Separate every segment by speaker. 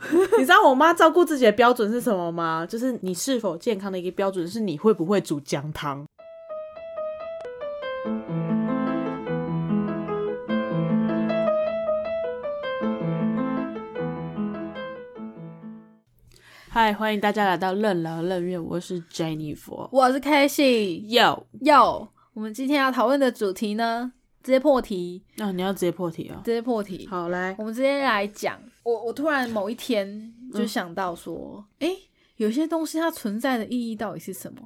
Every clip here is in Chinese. Speaker 1: 你知道我妈照顾自己的标准是什么吗？就是你是否健康的一个标准是你会不会煮姜汤。嗨，欢迎大家来到任劳任怨，我是 Jennifer。
Speaker 2: 我是 k a s h
Speaker 1: Yo，
Speaker 2: 哟，我们今天要讨论的主题呢，直接破题，
Speaker 1: 那、你要直接破题哦。
Speaker 2: 直接破题。
Speaker 1: 好，来，
Speaker 2: 我们直接来讲，我我突然某一天就想到说，诶，有些东西它存在的意义到底是什么？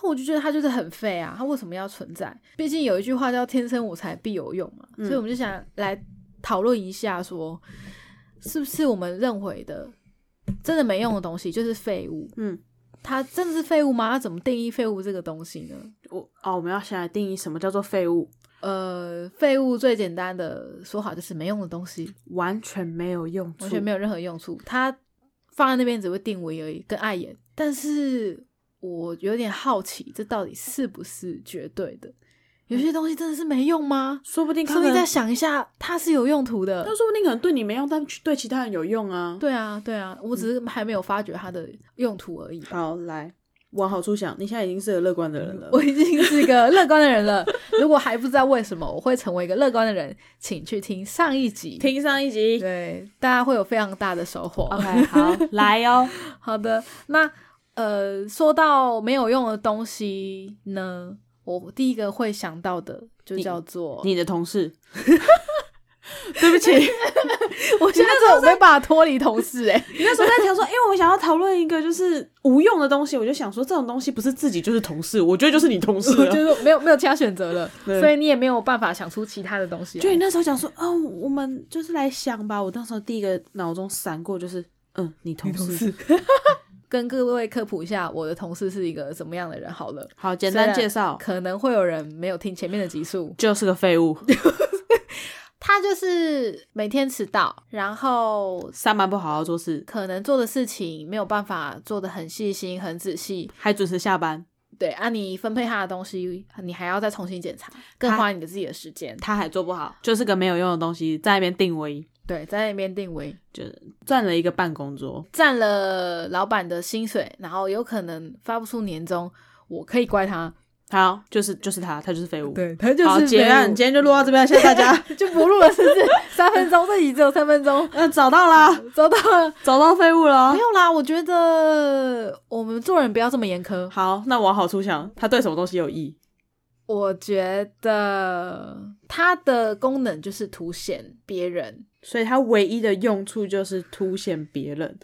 Speaker 2: 那我就觉得它就是很废啊，它为什么要存在？毕竟有一句话叫“天生我材必有用”嘛，所以我们就想来讨论一下说是不是我们认为的真的没用的东西就是废物？
Speaker 1: 嗯，
Speaker 2: 它真的是废物吗？它怎么定义废物这个东西呢？
Speaker 1: 我哦，我们要先来定义什么叫做废物，
Speaker 2: 呃，废物最简单的说法就是没用的东西，
Speaker 1: 完全没有用处，
Speaker 2: 完全没有任何用处，它放在那边只会定位而已，跟碍眼。但是我有点好奇，这到底是不是绝对的？有些东西真的是没用吗？
Speaker 1: 说不定
Speaker 2: 说
Speaker 1: 看
Speaker 2: 不定
Speaker 1: 嗯能
Speaker 2: 再想一下，它是有用途的
Speaker 1: 但。说不定可能对你没用，但对其他人有用啊。
Speaker 2: 对啊，对啊，
Speaker 1: 嗯
Speaker 2: 我只是还没有发觉它的用途而已。
Speaker 1: 好，来往好处想，你现在已经是个乐观的人了。
Speaker 2: 我已经是个乐观的人了。如果还不知道为什么我会成为一个乐观的人，请去听上一集。
Speaker 1: 听上一集
Speaker 2: 对，大家会有非常大的收获。
Speaker 1: ，OK，好， 来哦。
Speaker 2: 好的，那呃，说到没有用的东西呢，我第一个会想到的就
Speaker 1: 你
Speaker 2: 叫做，
Speaker 1: 你的同事，对不起，
Speaker 2: 我现在真的没办法脱离同事哎、
Speaker 1: 你那时候在想说，因为我想要讨论一个就是无用的东西，我就想说这种东西不是自己就是同事，我觉得就是你同事 啊
Speaker 2: 我
Speaker 1: 了。
Speaker 2: 就是没有没有其他选择了，
Speaker 1: 对
Speaker 2: 所以你也没有办法想出其他的东西来。
Speaker 1: 就你那时候讲说，哦，我们就是来想吧。我那时候第一个脑中闪过就是，嗯，你同事。
Speaker 2: 跟各位科普一下，我的同事是一个怎么样的人好了。
Speaker 1: 好，简
Speaker 2: 虽
Speaker 1: 单
Speaker 2: 然
Speaker 1: 介绍，
Speaker 2: 可能会有人没有听前面的集数，
Speaker 1: 就是个废物，
Speaker 2: 他就是每天迟到，然后
Speaker 1: 上班不好好做事，
Speaker 2: 可能做的事情没有办法做的很细心、很仔细，
Speaker 1: 还准时下班，
Speaker 2: 对啊，你分配他的东西，你还要再重新检查，更
Speaker 1: 他
Speaker 2: 花你的自己的时间。
Speaker 1: 他还做不好，就是个没有用的东西，在那边定位，
Speaker 2: 对，在那边定位，
Speaker 1: 就是占了一个办公桌。
Speaker 2: 占了老板的薪水，然后有可能发不出年终，我可以怪他。
Speaker 1: 好，就是就是他，他就是废物。
Speaker 2: 对他就
Speaker 1: 好，结案今天就录到这边，谢谢大 家。
Speaker 2: 就不录了，是不是？三分钟，这集只有三分钟，
Speaker 1: 嗯、找到啦，
Speaker 2: 走到了。
Speaker 1: 找到废物了
Speaker 2: 没。有啦，我觉得我们做人不要这么严苛。
Speaker 1: 好，那往好处想，他对什么东西有益？
Speaker 2: 我觉得它的功能就是凸显别人，
Speaker 1: 所以它唯一的用处就是凸显别人，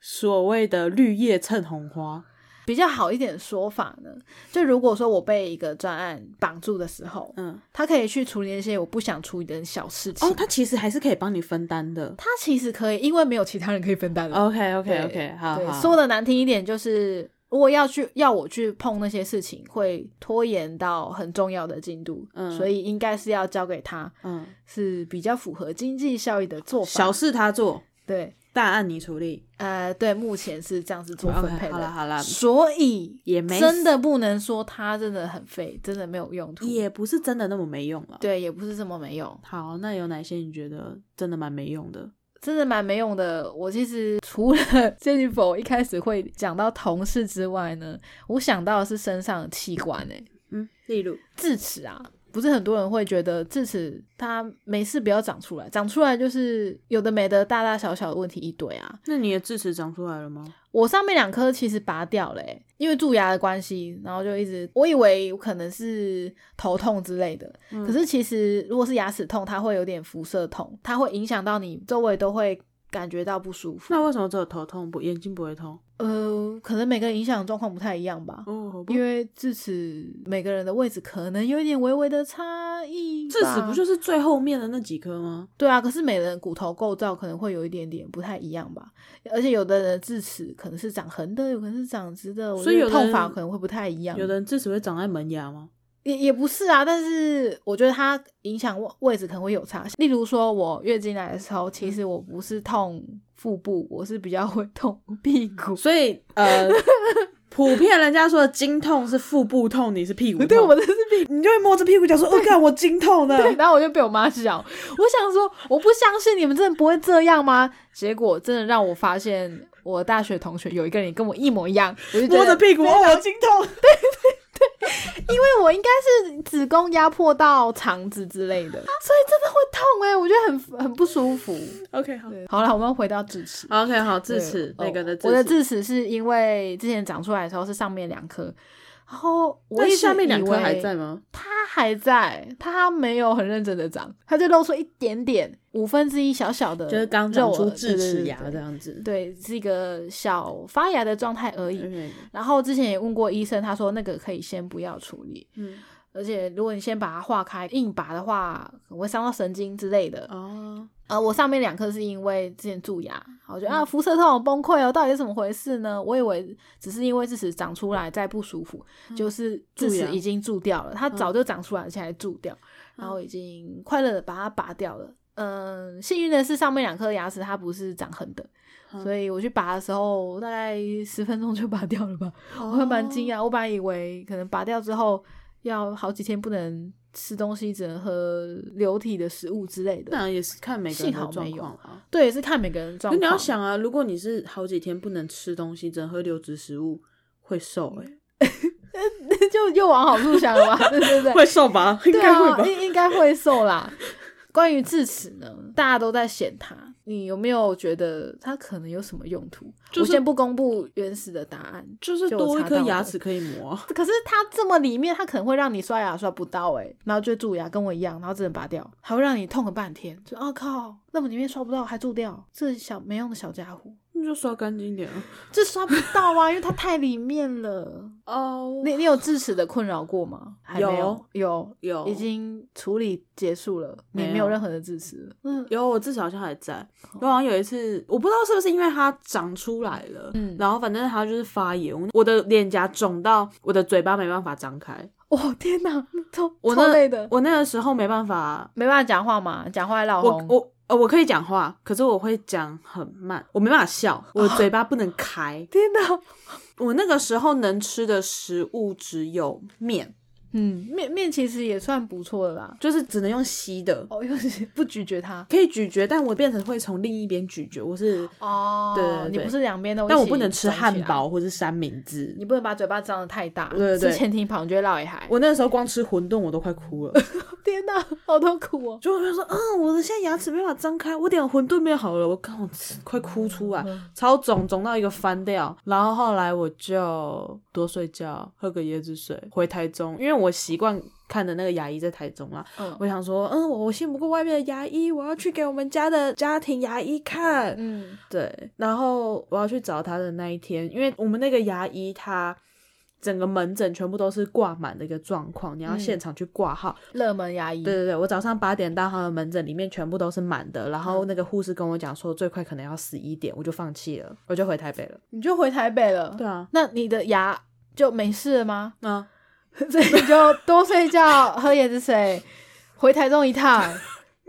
Speaker 1: 所谓的绿叶衬红花。
Speaker 2: 比较好一点的说法呢，就如果说我被一个专案绑住的时候，
Speaker 1: 嗯，
Speaker 2: 他可以去处理那些我不想处理的小事情。
Speaker 1: 哦，它其实还是可以帮你分担的。
Speaker 2: 他其实可以，因为没有其他人可以分担了。
Speaker 1: OK 哦 OK
Speaker 2: 对
Speaker 1: OK，好
Speaker 2: 对，
Speaker 1: 好。
Speaker 2: 说的难听一点，就是如果要去要我去碰那些事情，会拖延到很重要的进度，
Speaker 1: 嗯
Speaker 2: 所以应该是要交给他，
Speaker 1: 嗯，
Speaker 2: 是比较符合经济效益的做法。
Speaker 1: 小事他做，
Speaker 2: 对，
Speaker 1: 大案你处理。
Speaker 2: 呃，对，目前是这样子做分
Speaker 1: OK，
Speaker 2: 配
Speaker 1: 好了
Speaker 2: 的。
Speaker 1: 好了，
Speaker 2: 所以
Speaker 1: 也没
Speaker 2: 真的不能说他真的很废，真的没有用途。
Speaker 1: 也不是真的那么没用了。
Speaker 2: 对，也不是这么没用，
Speaker 1: 好，那有哪些你觉得真的蛮没用的？
Speaker 2: 真的蛮没用的。我其实除了 Jennifer 一开始会讲到同事之外呢，我想到的是身上的器官诶、
Speaker 1: 嗯，例如，
Speaker 2: 智齿啊。不是很多人会觉得智齿它没事不要长出来，长出来就是有的没的，大大小小的问题一堆啊。
Speaker 1: 那你的智齿长出来了吗？
Speaker 2: 我上面两颗其实拔掉了、欸，因为蛀牙的关系，然后就一直我以为可能是头痛之类的，
Speaker 1: 嗯
Speaker 2: 可是其实如果是牙齿痛，它会有点辐射痛，它会影响到你周围都会感觉到不舒服。
Speaker 1: 那为什么只有头痛不眼睛不会痛？
Speaker 2: 呃，可能每个人影响的状况不太一样吧，
Speaker 1: 哦，
Speaker 2: 因为智齿每个人的位置可能有一点微微的差异吧。
Speaker 1: 智齿不就是最后面的那几颗吗？
Speaker 2: 对啊？可是每个人骨头构造可能会有一点点不太一样吧，而且有的人的智齿可能是长横的，有可能是长直的，我
Speaker 1: 所以
Speaker 2: 觉得
Speaker 1: 有的
Speaker 2: 痛法
Speaker 1: 人
Speaker 2: 可能会不太一样。
Speaker 1: 有的人智齿会长在门牙吗？
Speaker 2: 也也不是啊，但是我觉得它影响位位置可能会有差。例如说，我月经来的时候，其实我 不 是痛腹部，我是比较会痛屁股。
Speaker 1: 所以呃，普遍人家说的经痛是腹部痛，你是屁股痛，
Speaker 2: 对我真是被
Speaker 1: 你就会摸着屁股讲说，我哦干、我经痛的。
Speaker 2: 对，然后我就被我妈笑。我想说，我不相信你们真的不会这样吗？结果真的让我发现，我大学同学有一个人跟我一模一样，我就觉得
Speaker 1: 摸着屁股，哦，我经痛。
Speaker 2: 因为我应该是子宫压迫到肠子 之类的，所以真的会痛
Speaker 1: 欸
Speaker 2: 哎、我觉得很很不舒服。
Speaker 1: OK，好
Speaker 2: 对好了，我们回到智齿。
Speaker 1: ，OK，好，智齿
Speaker 2: 对
Speaker 1: 那个的
Speaker 2: 哦我的
Speaker 1: 齿，
Speaker 2: 智齿是因为之前长出来的时候是上面两颗，然后我
Speaker 1: 那
Speaker 2: 一直
Speaker 1: 下面两
Speaker 2: 以
Speaker 1: 颗
Speaker 2: 为
Speaker 1: 还在吗？
Speaker 2: 它还在，它没有很认真的长，它就露出一点点五分之一小小呃的肉，
Speaker 1: 就是刚长出智齿牙
Speaker 2: 对
Speaker 1: 这样子。
Speaker 2: 对对对，是一个小发芽的状态而已。
Speaker 1: OK，
Speaker 2: 然后之前也问过医生，他说那个可以先不要处理，
Speaker 1: 嗯，
Speaker 2: 而且如果你先把它化开，硬拔的话，可能会伤到神经之类的。
Speaker 1: 哦，
Speaker 2: 呃，我上面两颗是因为之前蛀牙，我觉
Speaker 1: 嗯
Speaker 2: 得啊辐射痛好崩溃哦，到底是怎么回事呢？我以为只是因为智齿长出来再不舒服，就是
Speaker 1: 嗯
Speaker 2: 智
Speaker 1: 蛀
Speaker 2: 齿
Speaker 1: 牙嗯
Speaker 2: 已经蛀掉了，它早就长出来，而且还蛀掉，然后已经快乐的把它拔掉了。嗯，幸运的是上面两颗牙齿它不是长横的，
Speaker 1: 嗯
Speaker 2: 所以我去拔的时候大概十分钟就拔掉了吧，我还蛮惊
Speaker 1: 讶。
Speaker 2: 讶，我本来以为可能拔掉之后要好几天不能吃东西，只能喝流体的食物之类的。
Speaker 1: 那也是看每个人
Speaker 2: 幸
Speaker 1: 的
Speaker 2: 好
Speaker 1: 状
Speaker 2: 没有
Speaker 1: 况啊。
Speaker 2: 对，是看每个人的状
Speaker 1: 可
Speaker 2: 况。
Speaker 1: 你要想啊，如果你是好几天不能吃东西，只能喝流质食物，会瘦哎、
Speaker 2: 嗯就又往好处想了吧？对对 对，
Speaker 1: 欸会瘦吧？应
Speaker 2: 对
Speaker 1: 该会
Speaker 2: 啊，
Speaker 1: 吧？
Speaker 2: 应应该会瘦啦。关于智齿呢，大家都在嫌它，你有没有觉得它可能有什么用途？
Speaker 1: 就是
Speaker 2: 我先不公布原始的答案，
Speaker 1: 就是
Speaker 2: 就我
Speaker 1: 多一
Speaker 2: 查
Speaker 1: 颗
Speaker 2: 到
Speaker 1: 牙
Speaker 2: 了
Speaker 1: 齿可以磨啊。
Speaker 2: 可是它这么里面，它可能会让你刷牙刷不到哎、欸然后就蛀牙，跟我一样，然后只能拔掉，还会让你痛个半天。就啊靠，那么里面刷不到还蛀掉，这小没用的小家伙，
Speaker 1: 那就刷干净一点啊。
Speaker 2: 这刷不到啊，因为它太里面 了。
Speaker 1: 哦，
Speaker 2: 你你有智齿的困扰过吗？还没有有
Speaker 1: 有
Speaker 2: 已经处理结束了，你
Speaker 1: 没
Speaker 2: 没有
Speaker 1: 有
Speaker 2: 任何的智齿了。嗯，
Speaker 1: 有，我至少好像还在。
Speaker 2: 哦
Speaker 1: 我好像有一次，我不知道是不是因为它长出来了，
Speaker 2: 嗯
Speaker 1: 然后反正它就是发炎，我的脸颊肿到我的嘴巴没办法张开，
Speaker 2: 哦天哪，超
Speaker 1: 我
Speaker 2: 超
Speaker 1: 那
Speaker 2: 累的，
Speaker 1: 我那个时候没办法，
Speaker 2: 没办法讲话嘛，讲话会闹
Speaker 1: 我
Speaker 2: 红。
Speaker 1: 我。呃，我可以讲话，可是我会讲很慢，我没办法笑，我的嘴巴不能开。
Speaker 2: 天哪，
Speaker 1: 我那个时候能吃的食物只有面，
Speaker 2: 嗯，面面其实也算不错的啦。
Speaker 1: 就是只能用吸的，
Speaker 2: 哦，又是不咀嚼它。
Speaker 1: 可以咀嚼，但我变成会从另一边咀嚼。我是，
Speaker 2: 哦，
Speaker 1: 对对对
Speaker 2: 你不是两边都，
Speaker 1: 但我不能吃汉，堡或是三明治。
Speaker 2: 你不能把嘴巴张得太大，
Speaker 1: 对对对
Speaker 2: 吃前庭旁就会落一海。
Speaker 1: 我那个时候光吃馄饨我都快哭了，
Speaker 2: 天哪，好痛苦哦。
Speaker 1: 就我就说，嗯，我的现在牙齿没办法张开，我点馄饨面好了，我刚我吃快哭出来，
Speaker 2: 嗯
Speaker 1: 超肿肿到一个翻掉。然后后来我就多睡觉，喝个椰子水，回台中，因为我习惯看的那个牙医在台中啦。
Speaker 2: 嗯
Speaker 1: 我想说，嗯，我我信不过外面的牙医，我要去给我们家的家庭牙医看。
Speaker 2: 嗯，
Speaker 1: 对，然后我要去找他的那一天，因为我们那个牙医他整个门诊全部都是挂满的一个状况，你要
Speaker 2: 嗯
Speaker 1: 现场去挂号。
Speaker 2: 热门牙医，
Speaker 1: 对对对，我早上八点到他的门诊，里面全部都是满的，然后那个护士跟我讲说最快可能要十一点，我就放弃了，我就回台北了。
Speaker 2: 你就回台北了。
Speaker 1: 对啊，
Speaker 2: 那你的牙就没事了吗？
Speaker 1: 那
Speaker 2: 所以你就多睡觉，喝椰子 水，回台中一 趟，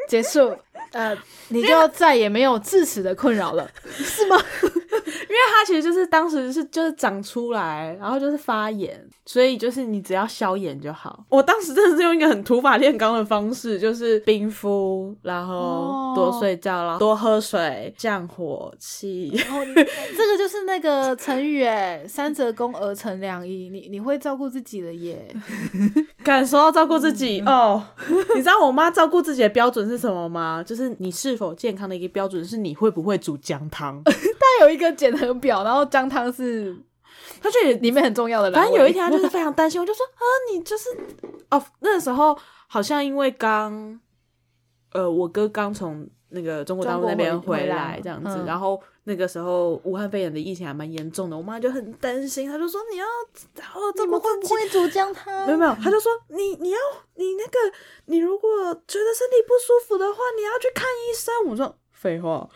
Speaker 2: 结束。呃，你就再也没有智齿的困扰了，是吗？
Speaker 1: 因为它其实就是当时是就是长出来，然后就是发炎，所以就是你只要消炎就好。我当时真的是用一个很土法炼钢的方式，就是冰敷，然后
Speaker 2: 哦
Speaker 1: 多睡觉，然后多喝水，降火气。
Speaker 2: 然后你 这个就是那个成语哎，三折肱而成良医，你你会照顾自己的耶。
Speaker 1: 敢说要照顾自
Speaker 2: 嗯
Speaker 1: 己、哦， 你知道我妈照顾自己的标准是什么吗？就是你是否健康的一个标准是你会不会煮姜 汤。
Speaker 2: 它有一个检核表，然后姜汤是
Speaker 1: 她就也
Speaker 2: 里面很重要的栏
Speaker 1: 反
Speaker 2: 位。
Speaker 1: 正有一天他就是非常担心，我就说啊，你就是哦，那时候好像因为刚，呃，我哥刚从那个中国大陆那边
Speaker 2: 中国回回
Speaker 1: 来
Speaker 2: 来
Speaker 1: 这样子，
Speaker 2: 嗯
Speaker 1: 然后那个时候武汉肺炎的疫情还蛮严重的，我妈就很担心，她就说你要好好照
Speaker 2: 你
Speaker 1: 顾
Speaker 2: 们
Speaker 1: 自
Speaker 2: 会不
Speaker 1: 己。
Speaker 2: 会煮姜汤？
Speaker 1: 没有没有，她就说你你要你那个你如果觉得身体不舒服的话，你要去看医生。我说废话，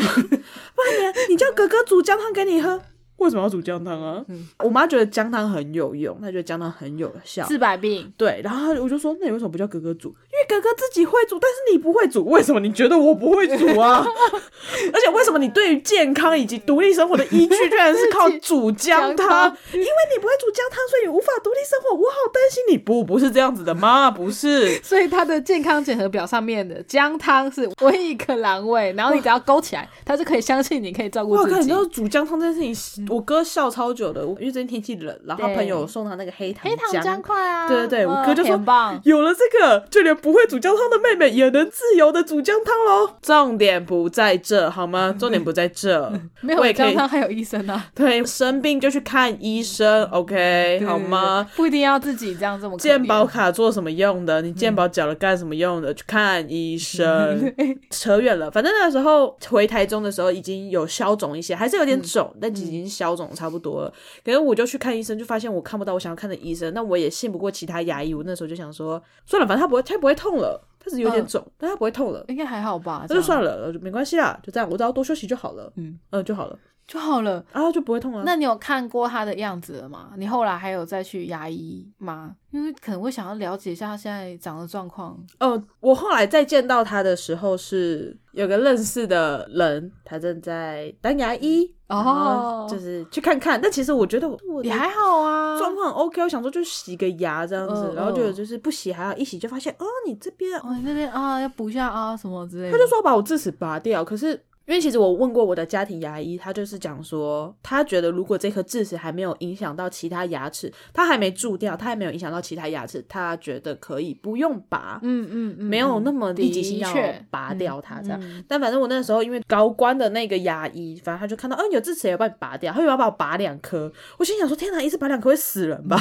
Speaker 1: 不然你你叫哥哥煮姜汤给你喝，为什么要煮姜汤啊？我妈觉得姜汤很有用，她觉得姜汤很有效。
Speaker 2: 治百病。
Speaker 1: 对，然后她我就说，那你为什么不叫哥哥煮？因为为哥哥自己会煮，但是你不会煮，为什么你觉得我不会煮啊？ 而且为什么你对于健康以及独立生活的依据，居然是靠煮姜
Speaker 2: 姜
Speaker 1: 汤
Speaker 2: 汤？，
Speaker 1: 因为你不会煮姜汤，所以你无法独立生活。我好担心你，不，不是这样子的吗？不是
Speaker 2: 所以它的健康检核表上面的姜汤是 唯一一个阑尾，然后你只要勾起来，它就可以相信你可以照顾
Speaker 1: 我看你知
Speaker 2: 自己。嗯
Speaker 1: 道煮姜汤这件事情，我哥笑超久的，因为最近天气冷，然后他
Speaker 2: 对
Speaker 1: 朋友送他那个黑糖
Speaker 2: 黑糖姜块啊，
Speaker 1: 对对对，我
Speaker 2: 嗯
Speaker 1: 哥就说
Speaker 2: 甜棒，
Speaker 1: 有了这个，就连不会煮姜汤的妹妹也能自由的煮姜汤喽。重点不在这好 吗？重点不在这，
Speaker 2: 没
Speaker 1: 我
Speaker 2: 有
Speaker 1: 也可
Speaker 2: 姜
Speaker 1: 以
Speaker 2: 汤还有医生啊，
Speaker 1: 对生病就去看医生，OK
Speaker 2: 对
Speaker 1: 好吗？？
Speaker 2: 不一定要自己这样这么可
Speaker 1: 健保
Speaker 2: 怜
Speaker 1: 卡做什么用的？你健保缴了干什么用的？去看医生。扯远了，反正那时候回台中的时候已经有消肿一些，还是有点肿，但已经消肿差不多了。可是我就去看医生，就发现我看不到我想要看的医生，那我也信不过其他牙医。我那时候就想说，算了，反正他不会，他不会痛了，他只是有点肿，但他不会痛了，
Speaker 2: 应该还好吧，
Speaker 1: 那就算了，就没关系啦，就这样，我只要多休息就好了，
Speaker 2: 嗯
Speaker 1: 呃就好了，
Speaker 2: 就好了。
Speaker 1: 然后就不会痛了。
Speaker 2: 那你有看过他的样子了吗？你后来还有再去牙医吗？因为可能会想要了解一下他现在长的状况。
Speaker 1: 哦，我后来再见到他的时候是有个认识的人，他正在当牙医，
Speaker 2: 哦
Speaker 1: 然后就是去看看。但其实我觉得我我的
Speaker 2: 也还好啊，
Speaker 1: 状况很 OK，我想说就洗个牙这样子，
Speaker 2: 嗯
Speaker 1: 然后就
Speaker 2: 嗯
Speaker 1: 就是不洗还好，一洗就发现哦，你这边
Speaker 2: 哦，你那边啊要补一下啊什么之类的。
Speaker 1: 他就说把我智齿拔掉，可是。因为其实我问过我的家庭牙医，他就是讲说，他觉得如果这颗智齿还没有影响到其他牙齿，他还没蛀掉，他还没有影响到其他牙齿，他觉得可以不用拔。
Speaker 2: 嗯嗯嗯，
Speaker 1: 没有那
Speaker 2: 么
Speaker 1: 么立即性要
Speaker 2: 的确
Speaker 1: 拔掉它这样。
Speaker 2: 嗯
Speaker 1: 但反正我那时候因为高官的那个牙医，反正他就看到，嗯、有智齿也帮你拔掉，他有要把我拔两颗。我心想说，天哪，一次拔两颗会死人吧？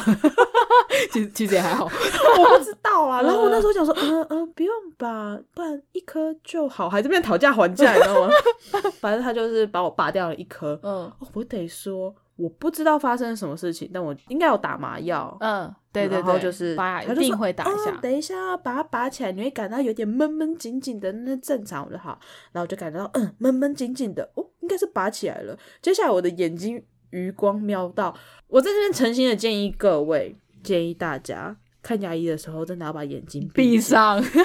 Speaker 2: 其实其实也还 好，
Speaker 1: 我不知道啊。然后我那时候想说，嗯嗯，不用吧，不然一颗就好，还这边讨价还价，你知道吗？ 反正他就是把我拔掉了一颗。
Speaker 2: 嗯
Speaker 1: 哦，我得说，我不知道发生什么事情，但我应该有打麻药。
Speaker 2: 嗯，对对
Speaker 1: 然后
Speaker 2: 对，
Speaker 1: 就是
Speaker 2: 拔
Speaker 1: 他
Speaker 2: 一
Speaker 1: 就
Speaker 2: 定
Speaker 1: 说
Speaker 2: 会打一
Speaker 1: 哦
Speaker 2: 下。
Speaker 1: 等一下把它拔起来，你会感到有点闷闷紧紧的，那正常我就好。然后我就感觉到，嗯，闷闷紧紧的，哦，应该是拔起来了。接下来我的眼睛余光瞄到，我在这边诚心的建议各位，建议大家看牙医的时候，真的要把眼睛
Speaker 2: 闭
Speaker 1: 上。
Speaker 2: 上，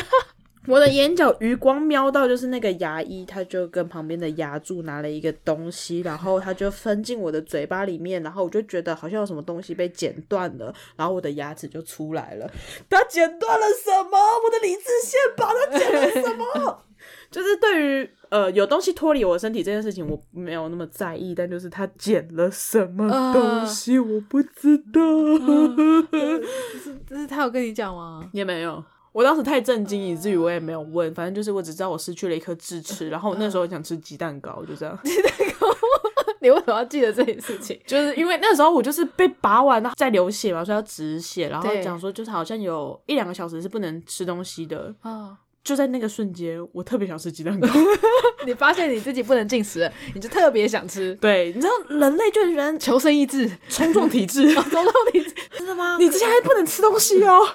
Speaker 1: 我的眼角余光瞄到，就是那个牙医，他就跟旁边的牙柱拿了一个东西，然后他就伸进我的嘴巴里面，然后我就觉得好像有什么东西被剪断了，然后我的牙齿就出来了。 他剪断了什么？我的理智线把他剪了什么？ 就是对于呃有东西脱离我的身体这件事情，我没有那么在意，但就是他剪了什么东西，我不知道。 嗯
Speaker 2: 这是他有跟你讲吗？
Speaker 1: 也没有。我当时太震惊，以至于我也没有问。反正就是我只知道我失去了一颗智齿，然后我那时候很想吃鸡蛋糕，就这 样。
Speaker 2: 你为什么要记得这件事情？
Speaker 1: 就是因为那时候我就是被拔完，然后在流血嘛，所以要止血，然后
Speaker 2: 对
Speaker 1: 讲说就是好像有一两个小时是不能吃东西的。
Speaker 2: 啊，
Speaker 1: 就在那个瞬间，我特别想吃鸡 蛋糕。
Speaker 2: 你发现你自己不能进食了，你就特别想吃，
Speaker 1: 对，你知道人类就是人
Speaker 2: 求生意 志，
Speaker 1: 冲撞体质，
Speaker 2: 总统你 真的吗？
Speaker 1: 你之前还不能吃东西哦。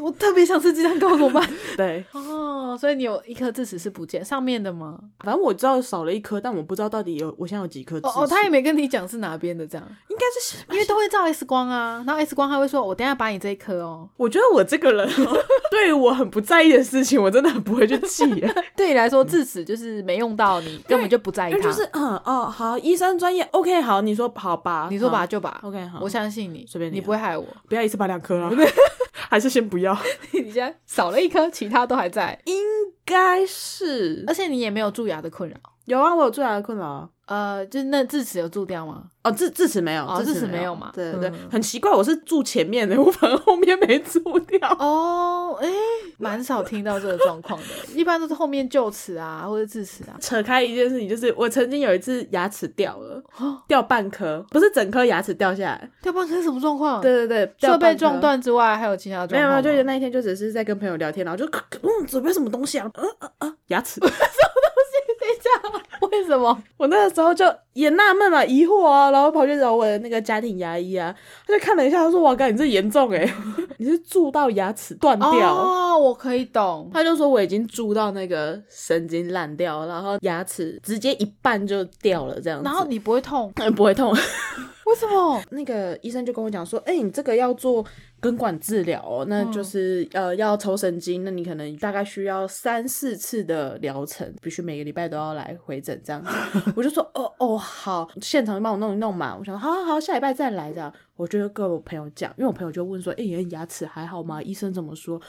Speaker 2: 我特别想吃鸡蛋糕，怎么办？
Speaker 1: 对，
Speaker 2: 哦，所以你有一颗智齿是不见上面的吗？
Speaker 1: 反正我知道少了一颗，但我不知道到底有我现在有几颗智齿。
Speaker 2: 哦哦，他也没跟你讲是哪边的，这样，
Speaker 1: 应该是
Speaker 2: 因为都会照 X 光啊，然后 X 光他会说，我等一下把你这一颗哦。
Speaker 1: 我觉得我这个人哦， 对于我很不在意的事情，我真的很不会去记 耶。
Speaker 2: 对你来说，智齿就是没用到，你根本嗯就不在意
Speaker 1: 那
Speaker 2: 它。
Speaker 1: 就是嗯哦好，医生专业，OK 好，你说好吧，
Speaker 2: 你说拔
Speaker 1: 吧
Speaker 2: 就拔，
Speaker 1: ，OK 好，
Speaker 2: 我相信你，
Speaker 1: 随便你啊
Speaker 2: 嗯你不会害我。
Speaker 1: 不要一次拔两颗 啊，还是先不要，
Speaker 2: 你现在少了一颗，其他都还在，
Speaker 1: 应该是呃
Speaker 2: 而且你也没有蛀牙的困扰。
Speaker 1: 有啊，我有最大的困扰啊。
Speaker 2: 呃，就是那智齿有蛀掉吗？
Speaker 1: 哦，智智齿没有，
Speaker 2: 哦
Speaker 1: 智
Speaker 2: 智齿没
Speaker 1: 没
Speaker 2: 有嘛
Speaker 1: 对对对
Speaker 2: 嗯，
Speaker 1: 很奇怪，我是蛀前面的，我 反而后面没蛀掉。
Speaker 2: 哦，哎，蛮少听到这个状况的， 一般都是后面臼齿啊，或者智齿啊。
Speaker 1: 扯开一件事情，就是我曾经有一次牙齿掉了，掉半颗，不是整颗牙齿掉下来。
Speaker 2: 掉半颗是什么状况？，
Speaker 1: 哦对对对，
Speaker 2: 除
Speaker 1: 掉
Speaker 2: 了被
Speaker 1: 半颗
Speaker 2: 撞断之外，还有其他
Speaker 1: 没
Speaker 2: 状
Speaker 1: 有
Speaker 2: 况
Speaker 1: 没
Speaker 2: 吗？
Speaker 1: 有，就是那一天就只是在跟朋友聊天，然后就咳咳嗯，准备什么东西啊？嗯嗯嗯，牙齿。
Speaker 2: 为什么？
Speaker 1: 我那个时候就也纳闷嘛，疑惑啊，然后跑去找我的那个家庭牙医啊，他就看了一下，他说：“哇，哥，你这严重哎、你是蛀到牙齿断掉。
Speaker 2: 哦，我可以 懂。
Speaker 1: 他就说我已经蛀到那个神经烂掉，然后牙齿直接一半就掉了这样子，
Speaker 2: 然后你不会痛，
Speaker 1: 嗯不会痛，
Speaker 2: 为为什么？
Speaker 1: 那个医生就跟我讲说，哎、你这个要做根管治疗哦，那
Speaker 2: 嗯
Speaker 1: 就是、呃要抽神经，那你可能大概需要三四次的疗程，必须每个礼拜都要来回诊这 样子。我就说，哦哦好，现场就帮我弄一弄嘛。我想，好好好，下礼拜再来这样。我就跟我朋友讲，因为我朋友就问说，哎、你的牙齿还好吗？医生怎么说？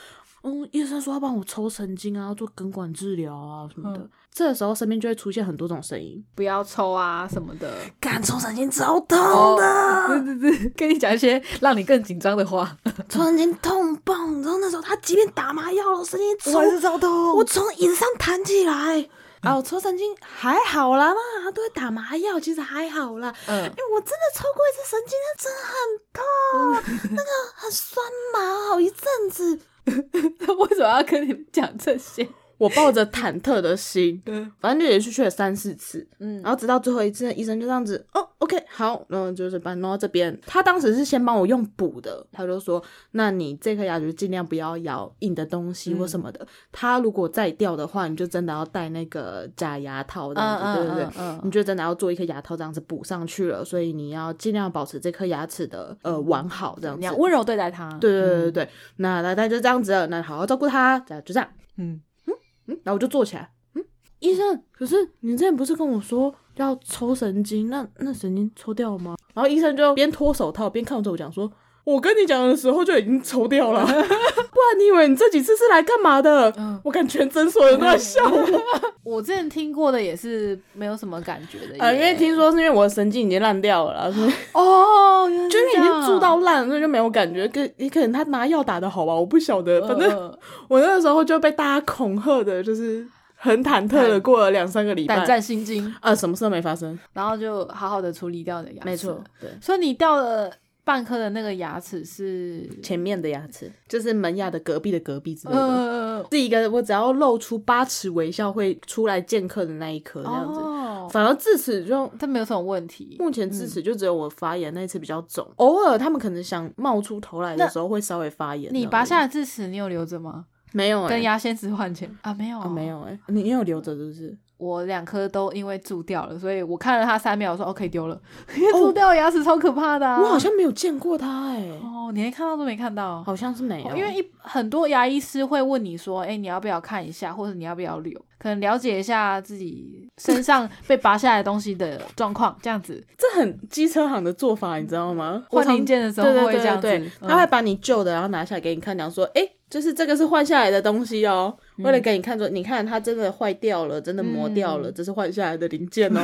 Speaker 1: 嗯，医生说要帮我抽神经啊，做根管治疗啊什么的。
Speaker 2: 嗯
Speaker 1: 这时候身边就会出现很多种声音，
Speaker 2: 不要抽啊什么的。
Speaker 1: 干抽神经超痛
Speaker 2: 哦
Speaker 1: 的。，
Speaker 2: 对对对，跟你讲一些让你更紧张的话。
Speaker 1: 突然间痛爆，然后那时候他即便打麻药了，神经抽，
Speaker 2: 超痛
Speaker 1: 我从椅子上弹起来。啊，我抽神经还好啦嘛，他都会打麻药，其实还好啦。
Speaker 2: 嗯
Speaker 1: 因，为我真的抽过一次神经，那真的 很痛，那个很酸麻，好一阵子。
Speaker 2: 为什么要跟你们讲这些？
Speaker 1: 我抱着忐忑的心，
Speaker 2: 嗯
Speaker 1: 反正就连续去了三四次，
Speaker 2: 嗯
Speaker 1: 然后直到最后一次，医生就这样子，哦，OK，好，然后就是把它弄到这边。他当时是先帮我用补的，他就说，那你这颗牙就尽量不要咬硬的东西或什么
Speaker 2: 嗯
Speaker 1: 的。它如果再掉的话，你就真的要戴那个假牙套这样子，对对对。
Speaker 2: 嗯
Speaker 1: 你就真的要做一颗牙套这样子补上去了，所以你要尽量保持这颗牙齿的呃完好这样
Speaker 2: 你
Speaker 1: 子
Speaker 2: 要。温柔对待他。
Speaker 1: 对对对对对，那那那就这样子了，那好好照顾它，这样就这样。
Speaker 2: 嗯，
Speaker 1: 嗯，然后我就坐起来，嗯，医生，可是你之前不是跟我说要抽神经，那那神经抽掉了吗？然后医生就边脱手套边看着我讲说，我跟你讲的时候就已经抽掉了，不 然你以为你这几次是来干嘛的？
Speaker 2: 嗯
Speaker 1: 我看全诊所人都在笑我，
Speaker 2: 我之前听过的也是没有什么感觉的耶，
Speaker 1: 啊，因为听说是因为我的神经已经烂掉了啦，所以
Speaker 2: 哦，原来
Speaker 1: 啊就因为已
Speaker 2: 这样
Speaker 1: 经蛀到烂了，所以就没有感觉。可也可能他麻药打的好吧，我不晓得，反正。
Speaker 2: 呃
Speaker 1: 我那个时候就被大家恐吓的，就是很忐忑的过了两三个礼
Speaker 2: 胆
Speaker 1: 拜，
Speaker 2: 战心惊，
Speaker 1: 呃，什么事都没发生。
Speaker 2: 然后就好好的处理掉你的牙齿。，，
Speaker 1: 对，
Speaker 2: 所以你掉了半颗的那个牙齿是，
Speaker 1: 前面的牙齿就是门牙的隔壁的隔壁之类的，
Speaker 2: 呃，
Speaker 1: 是一个我只要露出八尺微笑会出来见客的那一颗这样子。
Speaker 2: 哦，
Speaker 1: 反而智齿就
Speaker 2: 它没有什么问题。
Speaker 1: 目前智齿
Speaker 2: 嗯
Speaker 1: 就只有我发炎那一次比较肿，偶尔他们可能想冒出头来的时候会稍微发炎。
Speaker 2: 你拔下来智齿，你有留着吗？
Speaker 1: 没有、欸？
Speaker 2: 跟牙仙子换钱啊？没有
Speaker 1: 哦，没有哎、你你有留着是不是？
Speaker 2: 我两颗都因为蛀掉了，所以我看了它三秒，我说 OK 丢了， 因为蛀掉牙齿超可怕的、啊。
Speaker 1: 哦我好像没有见过他哎、
Speaker 2: 哦，你连看到都没看到，
Speaker 1: 好像是没有，
Speaker 2: 哦因为一很多牙医师会问你说，哎、你要不要看一下，或者你要不要留，可能了解一下自己身上被拔下来的东西的状况，这 样子。
Speaker 1: 这很机车行的做法，你知道吗？
Speaker 2: 嗯换零
Speaker 1: 零
Speaker 2: 件的时候
Speaker 1: 对对
Speaker 2: 会
Speaker 1: 对
Speaker 2: 这样子，
Speaker 1: 对对
Speaker 2: 嗯
Speaker 1: 他会把你旧的然后拿下来给你看，讲说，哎、就是这个是换下来的东西哦，
Speaker 2: 嗯
Speaker 1: 为了给你看说，你看它真的坏掉了，真的磨掉
Speaker 2: 嗯
Speaker 1: 了，这是换下来的零 件哦。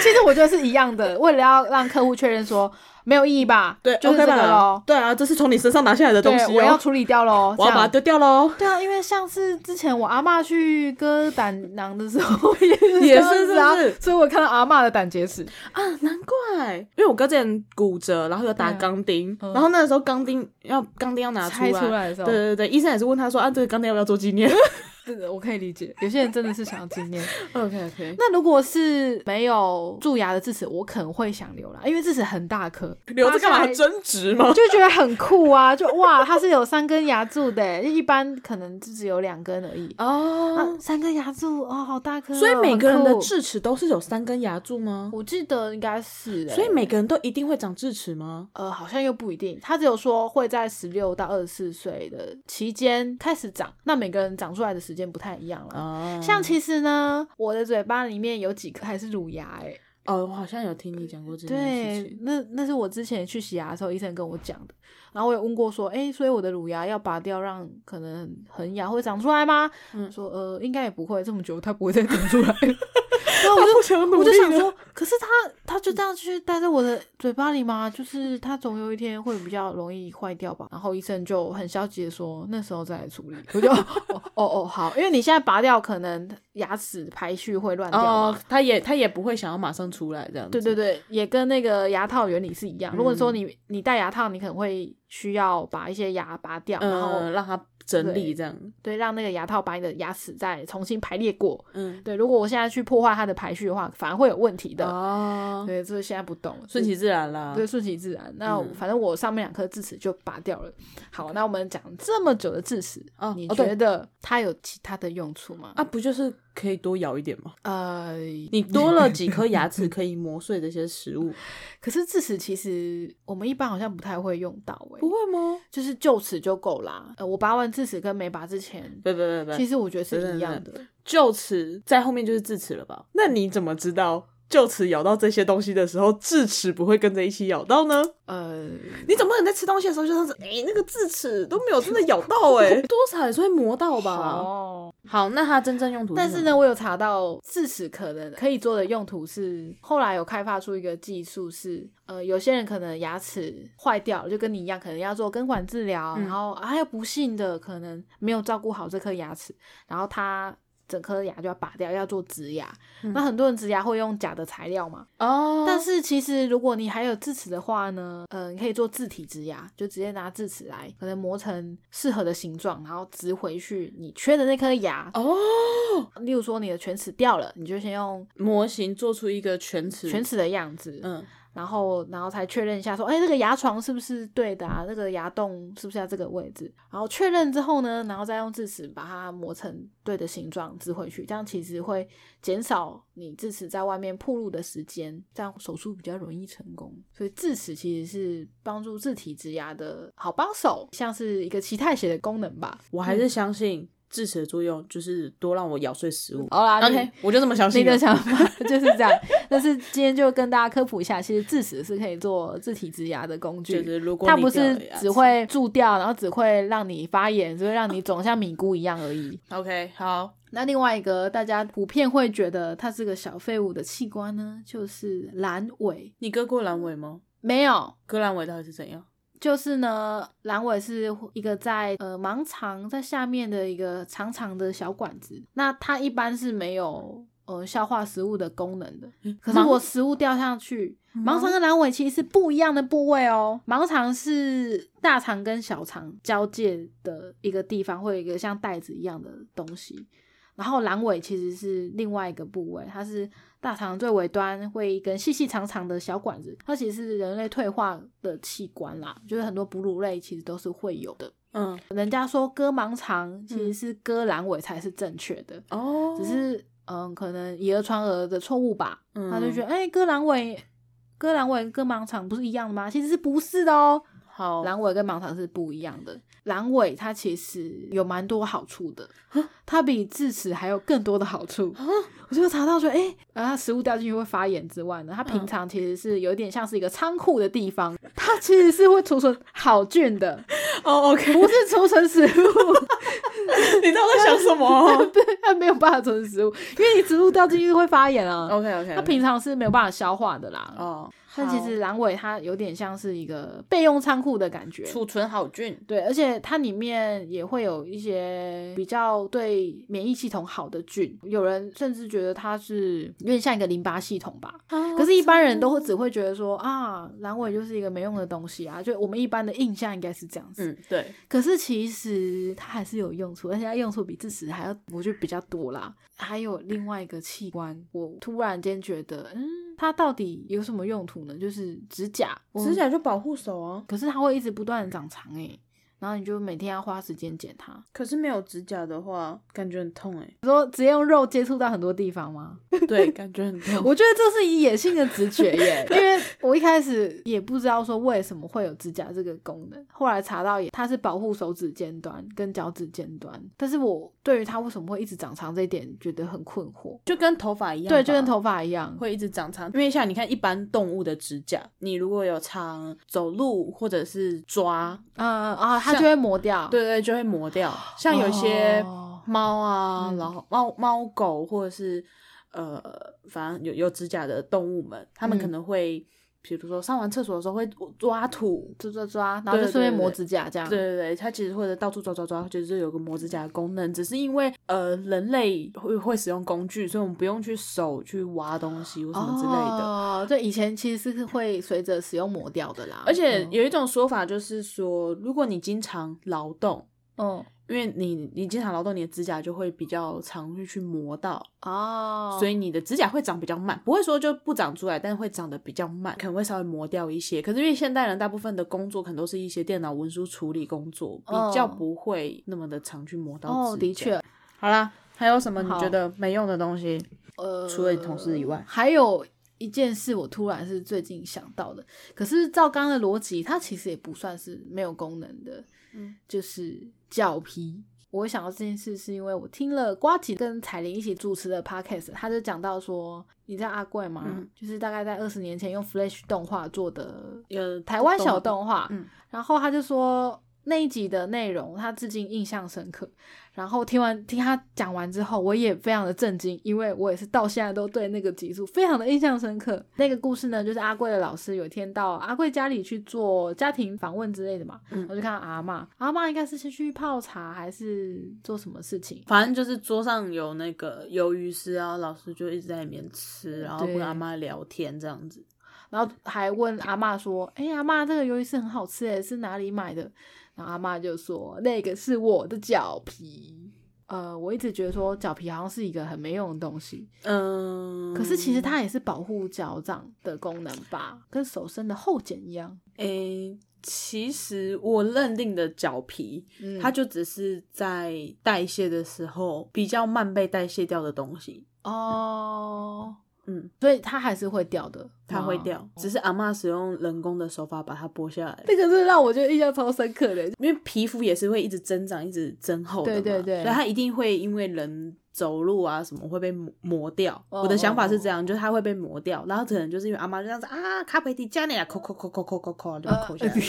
Speaker 2: 其实我觉得是一样的，为了要让客户确认说没有意义吧，
Speaker 1: 对
Speaker 2: 就是这
Speaker 1: ，OK
Speaker 2: 个
Speaker 1: 吧
Speaker 2: 喽？，
Speaker 1: 对啊，这是从你身上拿下来的东
Speaker 2: 对
Speaker 1: 西，
Speaker 2: 我要
Speaker 1: 哦，
Speaker 2: 处理掉喽，
Speaker 1: 我要把
Speaker 2: 这
Speaker 1: 它
Speaker 2: 样。
Speaker 1: 丢掉喽。
Speaker 2: 对啊，因为上次之前我阿嬷去割胆囊的时候 也是
Speaker 1: 也
Speaker 2: 这
Speaker 1: 是
Speaker 2: 样子啊，
Speaker 1: 是不是
Speaker 2: 所以我看到阿嬷的胆结石，
Speaker 1: 啊，难怪，因为我哥之前骨折，然后有打
Speaker 2: 对啊
Speaker 1: 钢钉，
Speaker 2: 嗯
Speaker 1: 然后那个时候钢钉要钢钉要拿出
Speaker 2: 拆
Speaker 1: 来，
Speaker 2: 出来的
Speaker 1: 对
Speaker 2: 时候，
Speaker 1: 对对，医生也是问他说，啊，这个钢钉要不要做纪念
Speaker 2: 这个我可以理解，有些人真的是想要纪念。
Speaker 1: ？OK OK，
Speaker 2: 那如果是没有蛀牙的智齿，我可能会想留啦，因为智齿很大颗，
Speaker 1: 留着干
Speaker 2: 拔
Speaker 1: 嘛？
Speaker 2: 下来
Speaker 1: 争执吗？
Speaker 2: 就觉得很酷啊！ 就哇，它是有三根牙柱的耶，一般可能就只有两根而已。
Speaker 1: 哦
Speaker 2: 啊，三根牙柱哦，好大颗哦、
Speaker 1: 所以每个人的
Speaker 2: 很酷，
Speaker 1: 智齿都是有三根牙柱吗？
Speaker 2: 我记得应该是耶、
Speaker 1: 所以每个人都一定会长智齿吗？
Speaker 2: 呃，好像又不一定，他只有说会在十六到二十四岁的期间开始长，那每个人长出来的时间不太一样了。
Speaker 1: 啊
Speaker 2: 像其实呢，我的嘴巴里面有几颗还是乳牙哎、
Speaker 1: 哦，我好像有听你讲过这件事
Speaker 2: 对
Speaker 1: 情，。
Speaker 2: 那那是我之前去洗牙的时候，医生跟我讲的。然后我也问过说，哎、所以我的乳牙要拔掉，让可能恒牙会长出来吗？
Speaker 1: 嗯
Speaker 2: 说呃，应该也不会，这么久它不会再长出来了。然后
Speaker 1: 他
Speaker 2: 我就
Speaker 1: 不想努
Speaker 2: 我
Speaker 1: 力啊
Speaker 2: 就想
Speaker 1: 了，
Speaker 2: 说，可是它它就这样去待在我的嘴巴里吗？就是它总有一天会比较容易坏掉吧。然后医生就很消极的说，那时候再来处理。我就哦哦哦好，因为你现在拔掉，可能牙齿排序会乱掉嘛。
Speaker 1: 哦，他也他也不会想要马上出来这样子。
Speaker 2: 对对对，也跟那个牙套原理是一样。如果
Speaker 1: 嗯
Speaker 2: 说你你戴牙套，你可能会需要把一些牙拔掉，然后
Speaker 1: 嗯，让他整理这样。
Speaker 2: 对让那个牙套把你的牙齿再重新排列过。
Speaker 1: 嗯，
Speaker 2: 对，如果我现在去破坏它的排序的话，反而会有问题的。
Speaker 1: 哦，
Speaker 2: 对，这个现在不懂，
Speaker 1: 顺其自然啦。
Speaker 2: 对，顺其自然。那我
Speaker 1: 啊嗯
Speaker 2: 反正我上面两颗智齿就拔掉了。好，那我们讲这么久的智齿，
Speaker 1: 哦
Speaker 2: 你
Speaker 1: 哦
Speaker 2: 觉
Speaker 1: 对
Speaker 2: 得它有其他的用处吗？
Speaker 1: 啊，不就是可以多咬一点吗？
Speaker 2: 呃，
Speaker 1: 你多了几颗牙齿，可以磨碎这些食物，
Speaker 2: 可是智齿其实我们一般好像 不太会用到、欸，
Speaker 1: 不会吗？
Speaker 2: 就是臼齿就够啦。呃，我拔完智齿跟没拔之前，
Speaker 1: 不不不
Speaker 2: 其
Speaker 1: 不，
Speaker 2: 实我觉得
Speaker 1: 对对
Speaker 2: 是
Speaker 1: 对
Speaker 2: 一样的。
Speaker 1: 臼齿在后面就是智齿了吧？那你怎么知道臼齿咬到这些东西的时候，智齿不会跟着一起咬到呢？
Speaker 2: 呃，
Speaker 1: 你总不能在吃东西的时候就这样子，哎、那个智齿都没有真的咬到、哎，多少也是会磨到吧？
Speaker 2: 哦，
Speaker 1: 好，那它真正用途
Speaker 2: 但是
Speaker 1: 什么，
Speaker 2: 呢，我有查到智齿可能可以做的用途是，后来有开发出一个技术是，呃，有些人可能牙齿坏掉了，就跟你一样，可能要做根管治疗，
Speaker 1: 嗯
Speaker 2: 然后啊还有不幸的可能没有照顾好这颗牙齿，然后他。整颗牙就要拔掉，要做植牙。
Speaker 1: 嗯
Speaker 2: 那很多人植牙会用假的材料嘛？
Speaker 1: 哦，
Speaker 2: 但是其实如果你还有智齿的话呢，呃，你可以做自体植牙，就直接拿智齿来，可能磨成适合的形状，然后植回去你缺的那颗牙。
Speaker 1: 哦，
Speaker 2: 例如说你的犬齿掉了，你就先用
Speaker 1: 模型做出一个全齿，
Speaker 2: 犬齿的样子，
Speaker 1: 嗯，
Speaker 2: 然后然后才确认一下说，哎、这个牙床是不是对的啊？这个牙洞是不是在这个位置？然后确认之后呢，然后再用智齿把它磨成对的形状植回去，这样其实会减少你智齿在外面暴露的时间，这样手术比较容易成功。所以智齿其实是帮助自体植牙的好帮手，像是一个脐带血的功能吧。
Speaker 1: 我还是相信智齿的作用就是多让我咬碎食物。
Speaker 2: 好啦
Speaker 1: 哦 OK，我就这么相
Speaker 2: 你
Speaker 1: 信了啊
Speaker 2: 的。想法 就是这样，但是今天就跟大家科普一下，其实智齿是可以做自体植牙的工具，
Speaker 1: 就是如果
Speaker 2: 它
Speaker 1: 你
Speaker 2: 不
Speaker 1: 掉
Speaker 2: 是
Speaker 1: 了哎牙
Speaker 2: 只
Speaker 1: 齿
Speaker 2: 会蛀掉，然后只会让你发炎，只会让你肿像米糊一样而已。
Speaker 1: OK，好，
Speaker 2: 那另外一个大家普遍会觉得它是个小废物的器官呢，就是阑尾。
Speaker 1: 你割过阑尾吗？
Speaker 2: 没有，
Speaker 1: 割阑尾到底是怎样？
Speaker 2: 就是呢，阑尾是一个在呃盲肠在下面的一个长长的小管子，那它一般是没有呃消化食物的功能的。可是
Speaker 1: 盲
Speaker 2: 我食物掉下去，盲
Speaker 1: 盲
Speaker 2: 肠跟阑尾其实是不一样的部位哦。盲肠是大肠跟小肠交界的一个地方，会有一个像袋子一样的东西。然后阑尾其实是另外一个部位，它是大肠最尾端会一根细细长长的小管子，它其实是人类退化的器官啦，就是很多哺乳类其实都是会有的。
Speaker 1: 嗯，
Speaker 2: 人家说割盲肠其实是割阑尾才是正确的，
Speaker 1: 哦，
Speaker 2: 只是嗯，可能以讹传讹的错误吧。
Speaker 1: 嗯
Speaker 2: 他就觉得，哎、割阑尾、割阑尾跟盲肠不是一样的吗？其实是不是的哦，
Speaker 1: 好，
Speaker 2: 阑尾跟盲肠是不一样的。阑尾它其实有蛮多好处的，它比智齿还有更多的好处。我就查到说，哎、呃，它食物掉进去会发炎之外呢，它平
Speaker 1: 嗯
Speaker 2: 常其实是有点像是一个仓库的地方，它其实是会储存好菌 的，
Speaker 1: 哦，OK，
Speaker 2: 不是储存食物。
Speaker 1: 你到底在想什 么
Speaker 2: 对，它没有办法存食物，因为你食物掉进去会发炎啊。
Speaker 1: ？OK OK，
Speaker 2: 它平常是没有办法消化的啦。
Speaker 1: 哦，
Speaker 2: 但其实阑尾它有点像是一个备用仓库的感觉。
Speaker 1: 储存好菌，
Speaker 2: 对，而且它里面也会有一些比较对免疫系统好的菌，有人甚至觉得它是有点像一个淋巴系统吧。可
Speaker 1: 可
Speaker 2: 是，一般人都会只会觉得说啊，阑尾就是一个没用的东西啊，就我们一般的印象应该是这样子。
Speaker 1: 嗯，对，
Speaker 2: 可是其实它还是有用处，而且它用处比智齿还要，我觉得比较多啦。还有另外一个器官，我突然间觉得，嗯，它到底有什么用途呢？就是指甲，我
Speaker 1: 指，甲就保护手啊，
Speaker 2: 可是它会一直不断的长长诶、然后你就每天要花时间剪它。
Speaker 1: 可是没有指甲的话，感觉很痛哎，
Speaker 2: 你说直接用肉接触到很多地方吗？
Speaker 1: 对，感觉很痛。
Speaker 2: 我觉得这是野性的直 觉耶，因为我一开始也不知道说为什么会有指甲这个功能，后来查到也它是保护手指尖端跟脚趾尖端，但是我对于它为什么会一直长长这一点觉得很困惑。
Speaker 1: 就跟头发一样吧，
Speaker 2: 对，就跟头发一样，
Speaker 1: 会一直长长，因为像你看一般动物的指甲，你如果有常走路或者是抓，
Speaker 2: 嗯啊，它
Speaker 1: 像
Speaker 2: 就会磨掉。
Speaker 1: 对对，就会磨掉。像有些
Speaker 2: 哦
Speaker 1: 猫啊，
Speaker 2: 嗯
Speaker 1: 然后猫猫狗或者是呃，反正有有指甲的动物们，它们
Speaker 2: 嗯
Speaker 1: 可能会，比如说上完厕所的时候会抓土，
Speaker 2: 抓抓抓，然后就
Speaker 1: 对对
Speaker 2: 顺便
Speaker 1: 对
Speaker 2: 磨
Speaker 1: 对
Speaker 2: 指甲这样。
Speaker 1: 对对对，它其实或者到处抓抓抓，就是有个磨指甲的功能。只是因为呃，人类会会使用工具，所以我们不用去手去挖东西或什么之类的。
Speaker 2: 哦，对，以前其实是会随着使用磨掉的啦。
Speaker 1: 而且
Speaker 2: 嗯
Speaker 1: 有一种说法就是说，如果你经常劳动，
Speaker 2: 嗯
Speaker 1: 因为你你经常劳动，你的指甲就会比较常会去磨到，
Speaker 2: 哦，
Speaker 1: 所以你的指甲会长比较慢，不会说就不长出来，但会长得比较慢，可能会稍微磨掉一些。可是因为现代人大部分的工作可能都是一些电脑文书处理工作，比较
Speaker 2: 哦
Speaker 1: 嗯不会那么的常去磨到指甲。
Speaker 2: 哦，的确，
Speaker 1: 好啦，还有什么你
Speaker 2: 好
Speaker 1: 觉得没用的东西？
Speaker 2: 呃，
Speaker 1: 除了你同事以外
Speaker 2: 还有一件事，我突然是最近想到的。可是照刚刚的逻辑，它其实也不算是没有功能的，
Speaker 1: 嗯，
Speaker 2: 就是脚皮。我想到这件事，是因为我听了瓜吉跟彩玲一起主持的 podcast，他就讲到说，你知道阿贵吗？
Speaker 1: 嗯
Speaker 2: 就是大概在二十年前用 Flash 动画做的
Speaker 1: 有
Speaker 2: 台湾小动画，
Speaker 1: 嗯
Speaker 2: 然后他就说那一集的内容他至今印象深刻。然后听完听他讲完之后，我也非常的震惊，因为我也是到现在都对那个集数非常的印象深刻。那个故事呢，就是阿贵的老师有一天到阿贵家里去做家庭访问之类的嘛，
Speaker 1: 嗯
Speaker 2: 我就看到阿嬷，阿嬷应该是先去泡茶还是做什么事情，
Speaker 1: 反正就是桌上有那个鱿鱼丝啊，老师就一直在里面吃，然后
Speaker 2: 对
Speaker 1: 跟阿妈聊天这样子。
Speaker 2: 然后还问阿嬷说：“哎、阿嬷，这个鱿鱼丝很好吃诶，是哪里买的？”然后阿嬷就说：“那个是我的脚皮。”呃，我一直觉得说脚皮好像是一个很没用的东西，
Speaker 1: 嗯，
Speaker 2: 可是其实它也是保护脚掌的功能吧，跟手伸的后茧一样。
Speaker 1: 诶、其实我认定的脚皮，
Speaker 2: 嗯
Speaker 1: 它就只是在代谢的时候比较慢被代谢掉的东西。
Speaker 2: 哦，
Speaker 1: 嗯，
Speaker 2: 所以它还是会掉的，
Speaker 1: 它会
Speaker 2: 吗
Speaker 1: 掉，只是阿妈使用人工的手法把它剥下来。
Speaker 2: 这个是让我觉得印象超深刻的，
Speaker 1: 因为皮肤也是会一直增长、一直增厚的嘛，
Speaker 2: 对对对
Speaker 1: 所以它一定会因为人走路啊什么会被磨磨掉。
Speaker 2: 哦
Speaker 1: 我的想法是这样，就是它会被磨掉，然后可能就是因为阿妈就这样子啊，卡贝蒂加你啊，抠抠抠抠抠抠抠，就
Speaker 2: 呃
Speaker 1: 抠下 来了，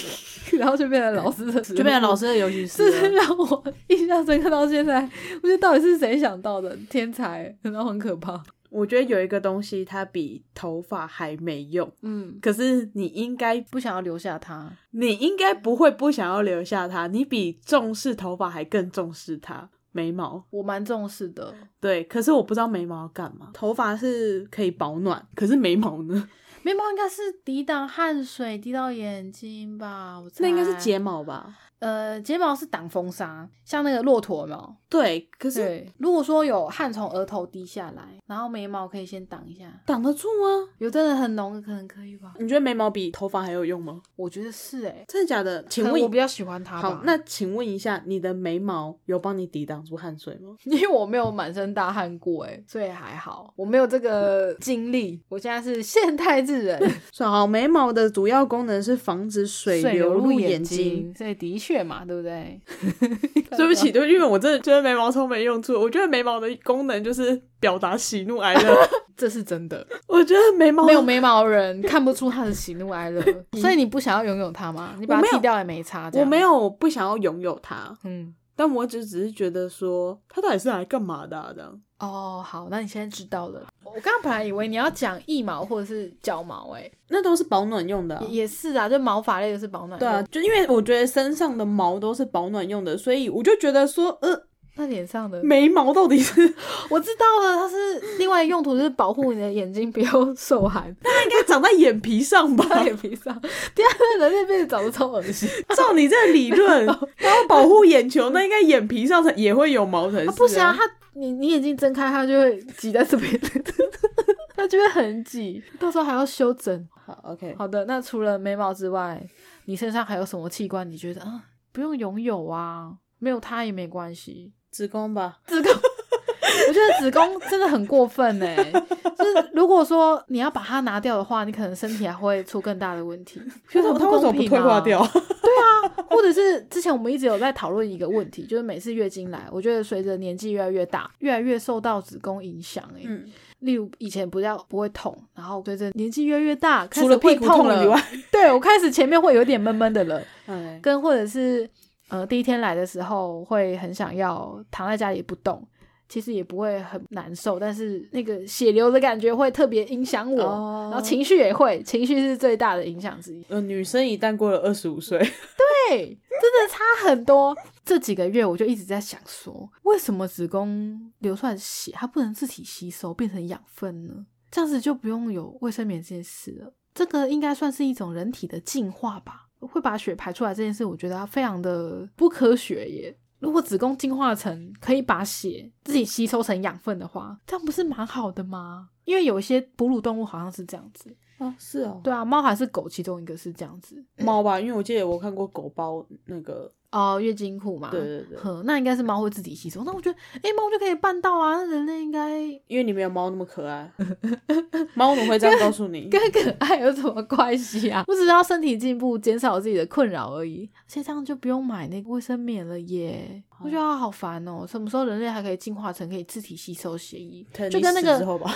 Speaker 2: 然后就变成老师的食物，
Speaker 1: 就变成老师的游戏
Speaker 2: 这是啊
Speaker 1: 室了。
Speaker 2: 让我印象深刻到现在。我觉得到底是谁想到的？天才，然后很可怕。
Speaker 1: 我觉得有一个东西它比头发还没用，
Speaker 2: 嗯，
Speaker 1: 可是你应该
Speaker 2: 不想要留下他。
Speaker 1: 你应该不会不想要留下它，你比重视头发还更重视它。眉毛
Speaker 2: 我蛮重视的，
Speaker 1: 对，可是我不知道眉毛要干嘛。头发是可以保暖，可是眉毛呢？
Speaker 2: 眉毛应该是抵挡汗水滴到眼睛吧？我猜
Speaker 1: 那应该是睫毛吧？
Speaker 2: 呃睫毛是挡风沙，像那个骆驼有没有？
Speaker 1: 对，可是
Speaker 2: 对，如果说有汗从额头滴下来，然后眉毛可以先挡一下，
Speaker 1: 挡得住吗？
Speaker 2: 有真的很浓的可能可以吧？
Speaker 1: 你觉得眉毛比头发还有用吗？
Speaker 2: 我觉得是哎、
Speaker 1: 真的假的？请
Speaker 2: 可能
Speaker 1: 问
Speaker 2: 我比较喜欢它吧
Speaker 1: 好，那请问一下，你的眉毛有帮你抵挡住汗水吗？
Speaker 2: 因为我没有满身大汗过，哎，所以还好，我没有这个经历。我现在是现代智人，
Speaker 1: 是好，眉毛的主要功能是防止 水流
Speaker 2: 入
Speaker 1: 眼
Speaker 2: 睛，。所以的确嘛，对不 对？
Speaker 1: 对不起，对不起，因为我真的觉得眉毛超没用处。我觉得眉毛的功能就是表达喜怒哀乐。
Speaker 2: 这是真的，
Speaker 1: 我觉得眉毛
Speaker 2: 没有眉毛人看不出他的喜怒 哀乐，所以你不想要拥有它吗？你把
Speaker 1: 我没
Speaker 2: 它
Speaker 1: 有
Speaker 2: 剃掉也没差，这
Speaker 1: 我
Speaker 2: 样
Speaker 1: 没，有不想要拥有它，
Speaker 2: 嗯，
Speaker 1: 但我只只是觉得说，它到底是来干嘛的、啊？这样
Speaker 2: 哦，好，那你现在知道了。我刚刚本来以为你要讲腋毛或者是脚毛、欸，
Speaker 1: 那都是保暖用的、啊
Speaker 2: 哎，也是啊，就毛发类的是保暖，
Speaker 1: 对啊，，就因为我觉得身上的毛都是保暖用的，所以我就觉得说，呃，
Speaker 2: 那脸上的
Speaker 1: 眉毛到底是应
Speaker 2: 我知道了，它是另外一个用途，就是保护你的眼睛不要受 寒，
Speaker 1: 该长在眼皮上吧？
Speaker 2: 在眼皮上。第二个人类被长得超恶 心，
Speaker 1: 照你这个理 论，然后保护眼球，那应该眼皮上才也会有毛才是、
Speaker 2: 啊、不行啊，，它你你眼睛睁开，它就会挤在这边，它就会很挤，到时候还要修整。
Speaker 1: 好，OK，
Speaker 2: 好的，那除了眉毛之外，你身上还有什么器官？你觉得啊，不用拥有啊，没有它也没关系。
Speaker 1: 子宫 吧，
Speaker 2: 我觉得子宫真的很过分哎、就是如果说你要把它拿掉的话，你可能身体还会出更大的问 题。
Speaker 1: 它为
Speaker 2: 很
Speaker 1: 它为什么
Speaker 2: 公
Speaker 1: 不
Speaker 2: 平啊
Speaker 1: 退化掉？
Speaker 2: 或者是之前我们一直有在讨论一个问题，就是每次月经来，我觉得随着年纪越来越大，越来越受到子宫影响、欸。
Speaker 1: 嗯，
Speaker 2: 例如以前不叫不会痛，然后随着年纪越来越大，开
Speaker 1: 除
Speaker 2: 始
Speaker 1: 了
Speaker 2: 会
Speaker 1: 屁股痛
Speaker 2: 了嗯
Speaker 1: 以外，，
Speaker 2: 对我开始前面会有点闷闷的了，
Speaker 1: 哎，
Speaker 2: 跟或者是呃第一天来的时候会很想要躺在家里不动。其实也不会很难受，但是那个血流的感觉会特别影响我
Speaker 1: 哦
Speaker 2: 然后情绪也会，情绪是最大的影响之一。
Speaker 1: 呃，女生一旦过了二十五岁，
Speaker 2: 对，真的差很多。这几个月我就一直在想说，为什么子宫流出来的血它不能自体吸收变成养分呢？这样子就不用有卫生棉这件事了。这个应该算是一种人体的进化吧。会把血排出来这件事，我觉得它非常的不科学耶。如果子宫进化成可以把血自己吸收成养分的话，这样不是蛮好的吗？因为有一些哺乳动物好像是这样子，
Speaker 1: 哦，是哦，
Speaker 2: 对啊，猫还是狗，其中一个是这样子。
Speaker 1: 猫吧，因为我记得我看过狗包那个
Speaker 2: 哦，月经裤嘛，
Speaker 1: 对对对
Speaker 2: 哼那应该是猫会自己吸收。那我觉得，诶，猫就可以办到啊，那人类应该
Speaker 1: 因为你没有猫那么可 爱，猫怎么会这样告诉你？
Speaker 2: 跟可爱有什么关系啊？我 只是要身体进步，减少自己的困扰而已。而且这样就不用买那个卫生棉了耶！我觉得好烦哦、什么时候人类还可以进化成可以自体吸收血液？ 就跟那
Speaker 1: 之
Speaker 2: 个
Speaker 1: 后吧，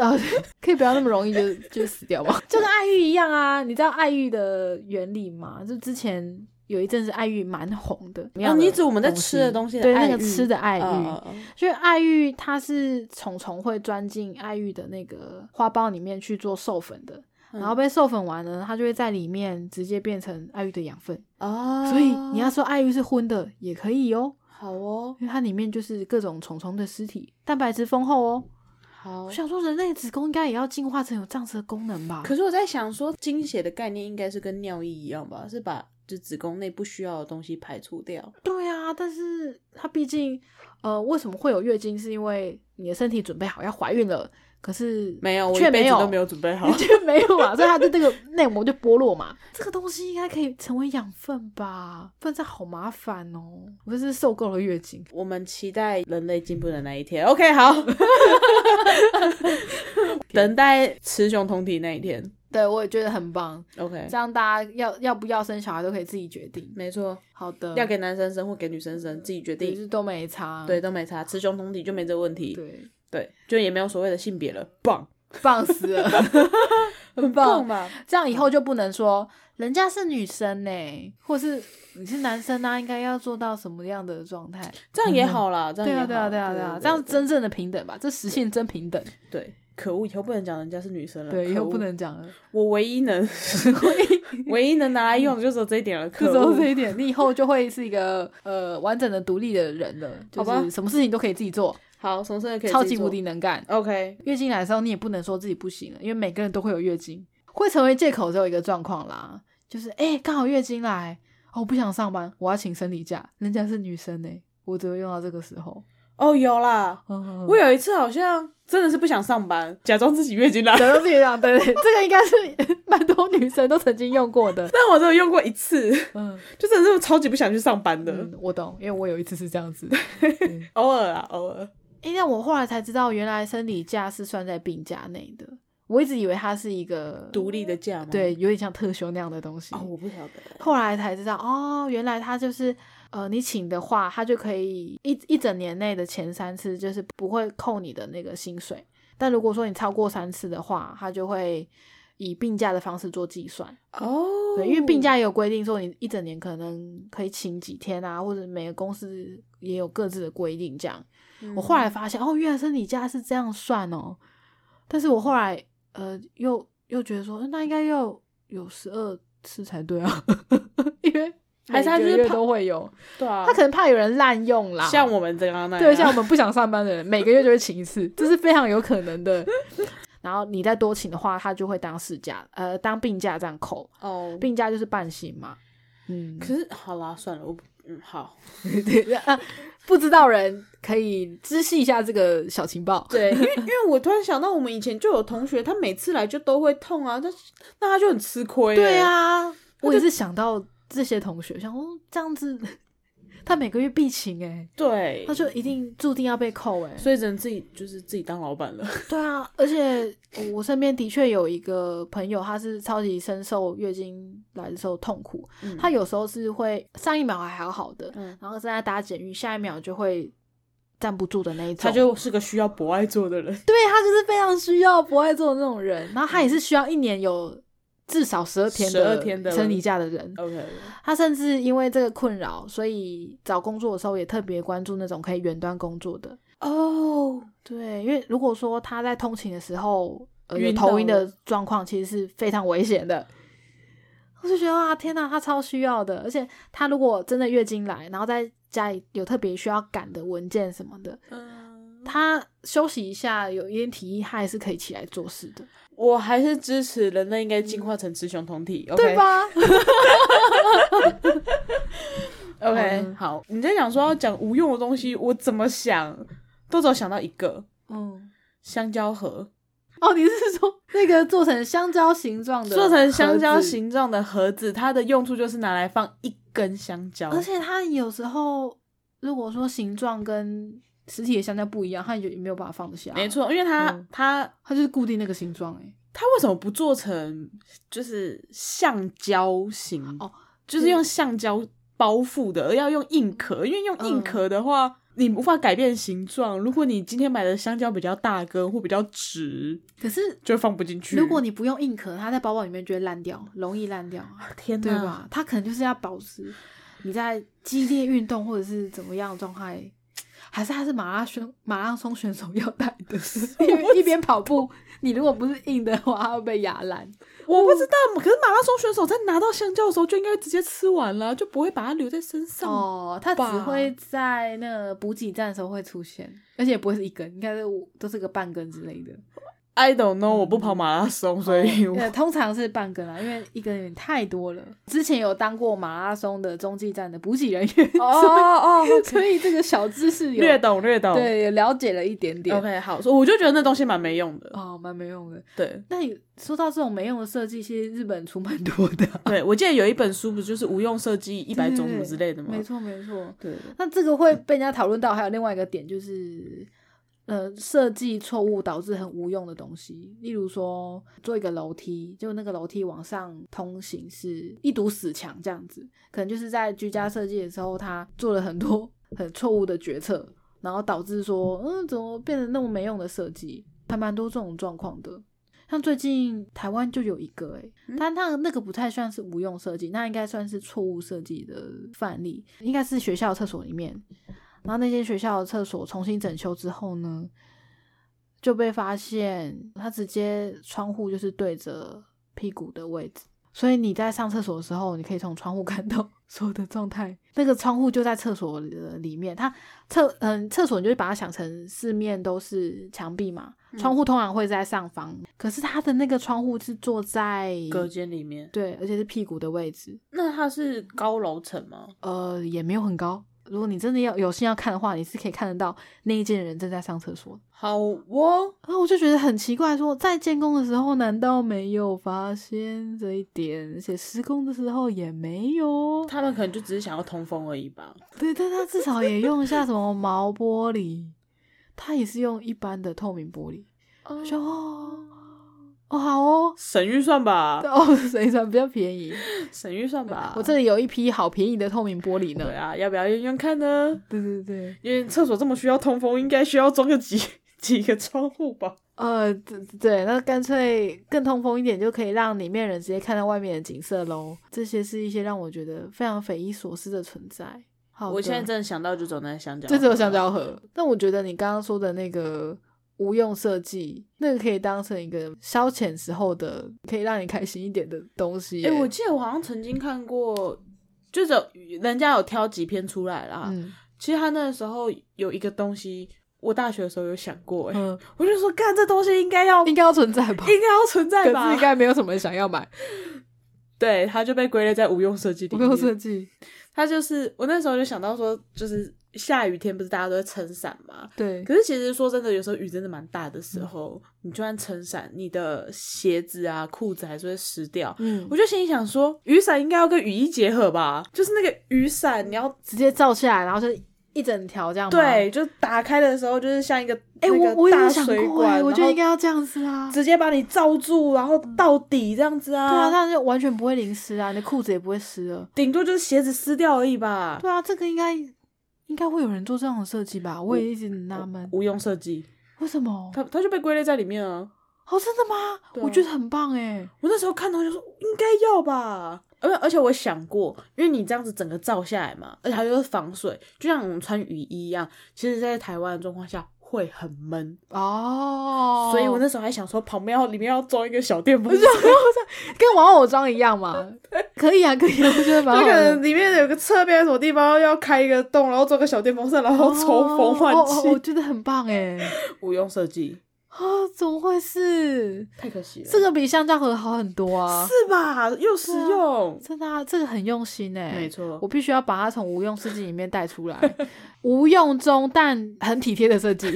Speaker 2: 呃，可以不要那么容易就就死掉吗？就跟爱玉一样啊！你知道爱玉的原理吗？就之前有一阵子爱玉蛮红的，
Speaker 1: 哦，你指我们在吃的东西的
Speaker 2: 对
Speaker 1: 爱
Speaker 2: 那个
Speaker 1: 欲
Speaker 2: 吃的爱玉，
Speaker 1: 呃
Speaker 2: 就是爱玉，它是虫虫会钻进爱玉的那个花苞里面去做授粉的，
Speaker 1: 嗯
Speaker 2: 然后被授粉完呢，它就会在里面直接变成爱玉的养分。
Speaker 1: 哦，
Speaker 2: 所以你要说爱玉是荤的也可以哦，
Speaker 1: 好哦，
Speaker 2: 因为它里面就是各种虫虫的尸体，蛋白质丰厚哦。
Speaker 1: 好
Speaker 2: 我。想说，人类的子宫应该也要进化成有这样子的功能吧？
Speaker 1: 可是我在想说，经血的概念应该是跟尿液一样吧，是把就子宫内不需要的东西排除掉。
Speaker 2: 对啊，但是它毕竟，呃，为什么会有月经？是因为你的身体准备好要怀孕了，可是
Speaker 1: 没有，我
Speaker 2: 却
Speaker 1: 一辈
Speaker 2: 没
Speaker 1: 子
Speaker 2: 有
Speaker 1: 都没有准备好
Speaker 2: 你。觉得没有嘛，所以它的这个内膜就剥落嘛。这个东西应该可以成为养分吧？不然这好麻烦哦。我真是受够了月经。
Speaker 1: 我们期待人类进步的那一天。OK，好， 等待雌雄同体那一天。
Speaker 2: 对，我也觉得很棒，
Speaker 1: OK，
Speaker 2: 这样大家要要不要生小孩都可以自己决定。
Speaker 1: 没错，
Speaker 2: 好的，
Speaker 1: 要给男生生或给女生生，自己决
Speaker 2: 也
Speaker 1: 定。
Speaker 2: 是都没差。
Speaker 1: 对，都没差，雌雄同体就没这个问题。
Speaker 2: 嗯对，
Speaker 1: 对，就也没有所谓的性别了，棒，
Speaker 2: 棒死了， 很
Speaker 1: 棒
Speaker 2: 棒。
Speaker 1: 吧？
Speaker 2: 这样以后就不能说人家是女生呢、或是你是男生啊，应该要做到什么样的状态？
Speaker 1: 这样也好啦，这样
Speaker 2: 对
Speaker 1: 也
Speaker 2: 啊，
Speaker 1: 好。
Speaker 2: 对啊，对啊，对啊，这样真正的平等吧，这实现真平等。
Speaker 1: 对。可恶，以后不能讲人家是女生了。
Speaker 2: 对，以后
Speaker 1: 可恶
Speaker 2: 不。能讲了。
Speaker 1: 我唯一 能唯一能拿来用的就只有这一点了。可
Speaker 2: 就只有
Speaker 1: 恶
Speaker 2: 这，一点，你以后就会是一个呃完整的独立的人了，就
Speaker 1: 好吧
Speaker 2: 是什么事情都可以自己做，
Speaker 1: 好，从现在可以
Speaker 2: 超
Speaker 1: 自己
Speaker 2: 级无
Speaker 1: 做。
Speaker 2: 敌能干。
Speaker 1: OK，
Speaker 2: 月经来的时候，你也不能说自己不行了，因为每个人都会有月经，会成为借口只有一个状况啦，就是哎刚、好月经来，哦我不想上班，我要请生理假，人家是女生呢、我只会用到这个时候。
Speaker 1: 哦，有啦，我
Speaker 2: 我
Speaker 1: 有一次好像真的是不想上班，假装自己月经来，
Speaker 2: 假装自己这样，对 对，这个应该是蛮多女生都曾经用过的。
Speaker 1: 但我只有用过一次，
Speaker 2: 嗯，
Speaker 1: 就真的是超级不想去上班的，
Speaker 2: 嗯我懂，因为我有一次是这样子。
Speaker 1: 偶尔啊，偶尔。
Speaker 2: 诶，那我后来才知道，原来生理假是算在病假内的。我一直以为它是一个
Speaker 1: 独立的假吗？
Speaker 2: 对，有点像特休那样的东西。
Speaker 1: 哦，我不晓得。
Speaker 2: 后来才知道，哦，原来它就是，呃，你请的话，它就可以一一整年内的前三次就是不会扣你的那个薪水，但如果说你超过三次的话，它就会以病假的方式做计算。
Speaker 1: 哦，
Speaker 2: 对，因为病假也有规定说你一整年可能可以请几天啊，或者每个公司也有各自的规定这样。
Speaker 1: 嗯
Speaker 2: 我后来发现，哦，原来生理假是这样算哦。但是我后来呃，又又觉得说，嗯那应该要有十二次才对啊， 因为
Speaker 1: 还是他
Speaker 2: 每
Speaker 1: 就
Speaker 2: 个
Speaker 1: 是
Speaker 2: 月
Speaker 1: 怕
Speaker 2: 都会有，
Speaker 1: 对啊，
Speaker 2: 他可能怕有人滥用 啦，
Speaker 1: 像我们刚刚那样，
Speaker 2: 对，像我们不想上班的人，每个月就会请一次，这是非常有可能的。 然后你再多请的话，他就会当事假，呃，当病假这样扣，
Speaker 1: 哦，
Speaker 2: 病假就是半薪嘛。嗯，
Speaker 1: 可是好啦，算了，我不嗯好，
Speaker 2: 对，啊不知道人可以知悉一下这个小情报。
Speaker 1: 对，因为因为我突然想到，我们以前就有同学，他每次来就都会痛啊，但是那他就很吃亏欸。
Speaker 2: 对啊，我也是想到这些同学，想哦，这样子，他每个月必请哎、
Speaker 1: 对
Speaker 2: 他，就一定注定要被扣哎、
Speaker 1: 所以只能自己就是自己当老板了。
Speaker 2: 对啊，而且我身边的确有一个朋友，他是超级深受月经来的时候痛苦，
Speaker 1: 嗯
Speaker 2: 他有时候是会上一秒还好好的，
Speaker 1: 嗯
Speaker 2: 然后正在搭捷运，下一秒就会站不住的那一种。
Speaker 1: 他就是个需要博爱做的人。
Speaker 2: 对他就是非常需要不爱做的那种人，然后他也是需要一年有至少十二天的
Speaker 1: 12天的
Speaker 2: 生理假的人。
Speaker 1: OK，
Speaker 2: 他甚至因为这个困扰，所以找工作的时候也特别关注那种可以远端工作的。
Speaker 1: 哦，
Speaker 2: 对，因为如果说他在通勤的时候呃有
Speaker 1: 晕倒
Speaker 2: 头晕的
Speaker 1: 了
Speaker 2: 状况，其实是非常危险的。我就觉得啊，天哪，他超需要的，而且他如果真的月经来，然后在家里有特别需要赶的文件什么的，
Speaker 1: 嗯，
Speaker 2: 他休息一下，有一点体力，他还是可以起来做事的，
Speaker 1: 我还是支持人类应该进化成雌雄同体。OK，
Speaker 2: 嗯对吧？
Speaker 1: OK，、
Speaker 2: 嗯
Speaker 1: 好，你在讲说要讲无用的东西，我怎么想都只有想到一个
Speaker 2: 嗯，
Speaker 1: 香蕉盒。
Speaker 2: 哦，你是说那个做成香蕉形状的，
Speaker 1: 做成香蕉，形状的盒子，它的用处就是拿来放一根香蕉，
Speaker 2: 而且它有时候如果说形状跟实体的香蕉不一样，它也没有办法放得下。
Speaker 1: 没，错，因为它、
Speaker 2: 嗯
Speaker 1: 它
Speaker 2: 它就是固定那个形状、欸，
Speaker 1: 它为什么不做成就是橡胶型？
Speaker 2: 哦，
Speaker 1: 就是用橡胶包覆的，而要用硬
Speaker 2: 嗯
Speaker 1: 壳，因为用硬壳的话，你无法改变形状。如果你今天买的香蕉比较大根或比较直，
Speaker 2: 可是
Speaker 1: 就放不进去。
Speaker 2: 如果你不用硬壳，它在包包里面就会烂掉，容易烂掉，啊
Speaker 1: 天
Speaker 2: 对吧？它可能就是要保持你在激烈运动或者是怎么样的状态，还是它是马拉松马拉松选手要带的， 因为一边跑步，你如果不是硬的话，它会被压烂。
Speaker 1: 我不知道，可是马拉松选手在拿到香蕉的时候就应该直接吃完了，就不会把它留在身上。
Speaker 2: 哦，它只
Speaker 1: 吧
Speaker 2: 会在那个补给站的时候会出现，而且也不会是一根，应该是五都是个半根之类的。
Speaker 1: I don't know，我不跑马拉松，所以我
Speaker 2: 嗯哦对，通常是半根啦，因为一根有点太多了。之前有当过马拉松的中继站的补给人员，
Speaker 1: 哦
Speaker 2: 所以所以这个小知识有
Speaker 1: 略懂略懂。
Speaker 2: 对有了解了一点点。
Speaker 1: OK，好，所以我就觉得那东西蛮没用的。
Speaker 2: 哦，蛮没用的。
Speaker 1: 对
Speaker 2: 那你说到这种没用的设计，其实日本出蛮多的。啊
Speaker 1: 对，我记得有一本书不就是无用设计一百种什么之类的吗
Speaker 2: 没？错，没错。
Speaker 1: 对，
Speaker 2: 那这个会被人家讨论到，还有另外一个点就是，呃，设计错误导致很无用的东西，例如说做一个楼梯，就那个楼梯往上通行是一堵死墙这样子，可能就是在居家设计的时候，他做了很多很错误的决策，然后导致说，嗯，怎么变得那么没用的设计，还蛮多这种状况的。像最近台湾就有一个诶、欸但它那个不太算是无用设计，那应该算是错误设计的范例，应该是学校厕所里面，然后那间学校的厕所重新整修之后呢，就被发现它直接窗户就是对着屁股的位置，所以你在上厕所的时候，你可以从窗户看到 所有的状态。那个窗户就在厕所的里面，它厕嗯厕所你就把它想成四面都是墙壁嘛，
Speaker 1: 嗯
Speaker 2: 窗户通常会在上方，可是它的那个窗户是坐在
Speaker 1: 隔间里面。
Speaker 2: 对，而且是屁股的位置，
Speaker 1: 那它是高楼层吗？
Speaker 2: 呃，也没有很高。如果你真的要有心要看的话，你是可以看得到那一间人正在上厕所的。
Speaker 1: 好哦，
Speaker 2: 然后我就觉得很奇怪说在建工的时候难道没有发现这一点？而且施工的时候也没有。
Speaker 1: 他们可能就只是想要通风而已吧。
Speaker 2: 对，但他至少也用一下什么毛玻璃，他也是用一般的透明玻璃。我说哦，哦好哦，
Speaker 1: 省预算吧，
Speaker 2: 哦， 谁算比较便宜？
Speaker 1: 省预算吧。
Speaker 2: 我这里有一批好便宜的透明玻璃呢
Speaker 1: 对。啊，要不要用用看呢？
Speaker 2: 对对对，
Speaker 1: 因为厕所这么需要通风，应该需要装个几 几个窗户吧。
Speaker 2: 呃，对对，那干脆更通风一点，就可以让里面人直接看到外面的景色喽。这些是一些让我觉得非常匪夷所思的存在。好的，
Speaker 1: 我现在真的想到就走那香蕉，
Speaker 2: 就只有香。蕉盒。但我觉得你刚刚说的那个无用设计，那个可以当成一个消遣时候的，可以让你开心一点的东西耶。
Speaker 1: 哎、我记得我好像曾经看过，就是有人家有挑几篇出来啦。
Speaker 2: 嗯
Speaker 1: 其实他那时候有一个东西，我大学的时候有想过、哎、
Speaker 2: 嗯，
Speaker 1: 我就说，干这东西应该 要
Speaker 2: 应
Speaker 1: 应
Speaker 2: 该要存在吧？
Speaker 1: 该要存
Speaker 2: 可
Speaker 1: 在吧
Speaker 2: 是应？该没有什么人想 要买
Speaker 1: 对，它就被归类在无用设计里
Speaker 2: 无
Speaker 1: 面。
Speaker 2: 用设计。
Speaker 1: 他就是我那时候就想到说，就是下雨天不是大家都会撑伞嘛？
Speaker 2: 对，
Speaker 1: 可是其实说真的，有时候雨真的蛮大的时候，
Speaker 2: 嗯
Speaker 1: 你就算撑伞，你的鞋子啊、裤子还是会湿掉。
Speaker 2: 嗯
Speaker 1: 我，就心里想说，雨伞应该要跟雨衣结合吧？就是那个雨伞，你要
Speaker 2: 直接照下来，然后就一整条这样吗。
Speaker 1: 对，就打开的时候就是像一个
Speaker 2: 哎、
Speaker 1: 哎
Speaker 2: 我我
Speaker 1: 大
Speaker 2: 有想
Speaker 1: 水
Speaker 2: 过、
Speaker 1: 管，
Speaker 2: 欸，我觉得应该
Speaker 1: 然
Speaker 2: 要这样子啊
Speaker 1: 后。直接把你罩住，然后到底这样子啊。
Speaker 2: 对啊，但是完全不会淋湿啊，你的裤子也不会湿了。
Speaker 1: 顶多就是鞋子湿掉而已吧。
Speaker 2: 对啊，这个应该应该会有人做这种设计吧？我也一直很纳闷，
Speaker 1: 无用设计，
Speaker 2: 为什么？
Speaker 1: 它它就被归类在里面啊。
Speaker 2: 哦，真的吗？
Speaker 1: 对啊
Speaker 2: 我觉得很棒哎。
Speaker 1: 我那时候看到就说应该要吧，而而且我想过，因为你这样子整个照下来嘛，而且它又是防水，就像我们穿雨衣一样，其实在台湾的状况下会很闷，
Speaker 2: 哦，
Speaker 1: 所以我那时候还想说旁边要里面要装一个小电风扇，
Speaker 2: 跟玩偶装一样嘛， 可以啊，可以啊，我觉得蛮
Speaker 1: 就
Speaker 2: 好
Speaker 1: 可能
Speaker 2: 的。
Speaker 1: 里面有个侧边什么地方要开一个洞，然后做个小电风扇，然后抽风换
Speaker 2: 哦哦哦我
Speaker 1: 气，
Speaker 2: 觉得很棒 哎。
Speaker 1: 无用设计，
Speaker 2: 啊，怎么会是？
Speaker 1: 太可惜了，
Speaker 2: 这个比香蕉盒好很多啊！
Speaker 1: 是吧？又实用，
Speaker 2: 真的啊，这个很用心哎。
Speaker 1: 没错
Speaker 2: 我，必须要把它从无用世界里面带出来。无用中但很体贴的设 计，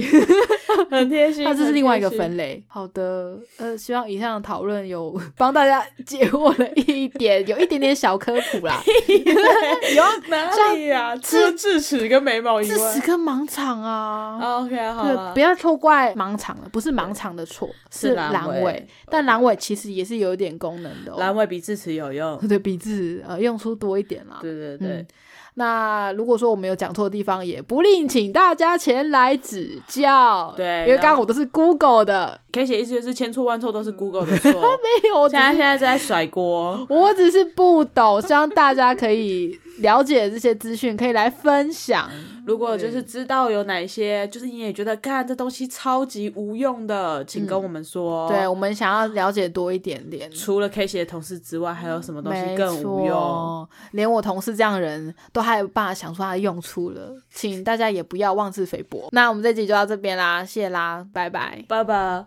Speaker 1: 很贴心。
Speaker 2: 它这是另外一个
Speaker 1: 很贴心
Speaker 2: 分类。好的，呃，希望以上的讨论有 帮大家解惑了一点，有一点点小科普 啦。
Speaker 1: 有哪里呀？除了智齿跟眉毛以
Speaker 2: 这十
Speaker 1: 外。
Speaker 2: 个盲场啊，
Speaker 1: 啊 OK，好
Speaker 2: 对，
Speaker 1: 了
Speaker 2: 不，要错怪盲场了，不是盲场的错，
Speaker 1: 是阑
Speaker 2: 阑
Speaker 1: 尾
Speaker 2: 尾。但阑尾其实也是有一点功能的、
Speaker 1: 阑
Speaker 2: 哦，
Speaker 1: 尾比智齿有用。
Speaker 2: 对鼻子呃用处多一点啦。
Speaker 1: 对对
Speaker 2: 嗯
Speaker 1: 对，
Speaker 2: 那如果说我们有讲错的地方，也不吝请大家前来指教。
Speaker 1: 对
Speaker 2: 因为
Speaker 1: 然后
Speaker 2: 刚刚我都是 Google 的，
Speaker 1: 可以写意思就是千错万错都是 Google 的错。
Speaker 2: 没嗯 有，我只
Speaker 1: 现在现
Speaker 2: 是
Speaker 1: 在在甩锅，
Speaker 2: 我只是不懂，希望大家可以了解这些资讯，可以来分享。
Speaker 1: 如果就是知道有哪些，就是你也觉得干这东西超级无用的，请跟我们说。
Speaker 2: 嗯对我们想要了解多一点点，
Speaker 1: 除了 K 写的同事之外，还有什么东西
Speaker 2: 没
Speaker 1: 更无用？
Speaker 2: 错，连我同事这样的人都还有办法想出他的用处了，请大家也不要妄自菲薄。那我们这集就到这边啦，谢啦，拜拜。
Speaker 1: 爸爸。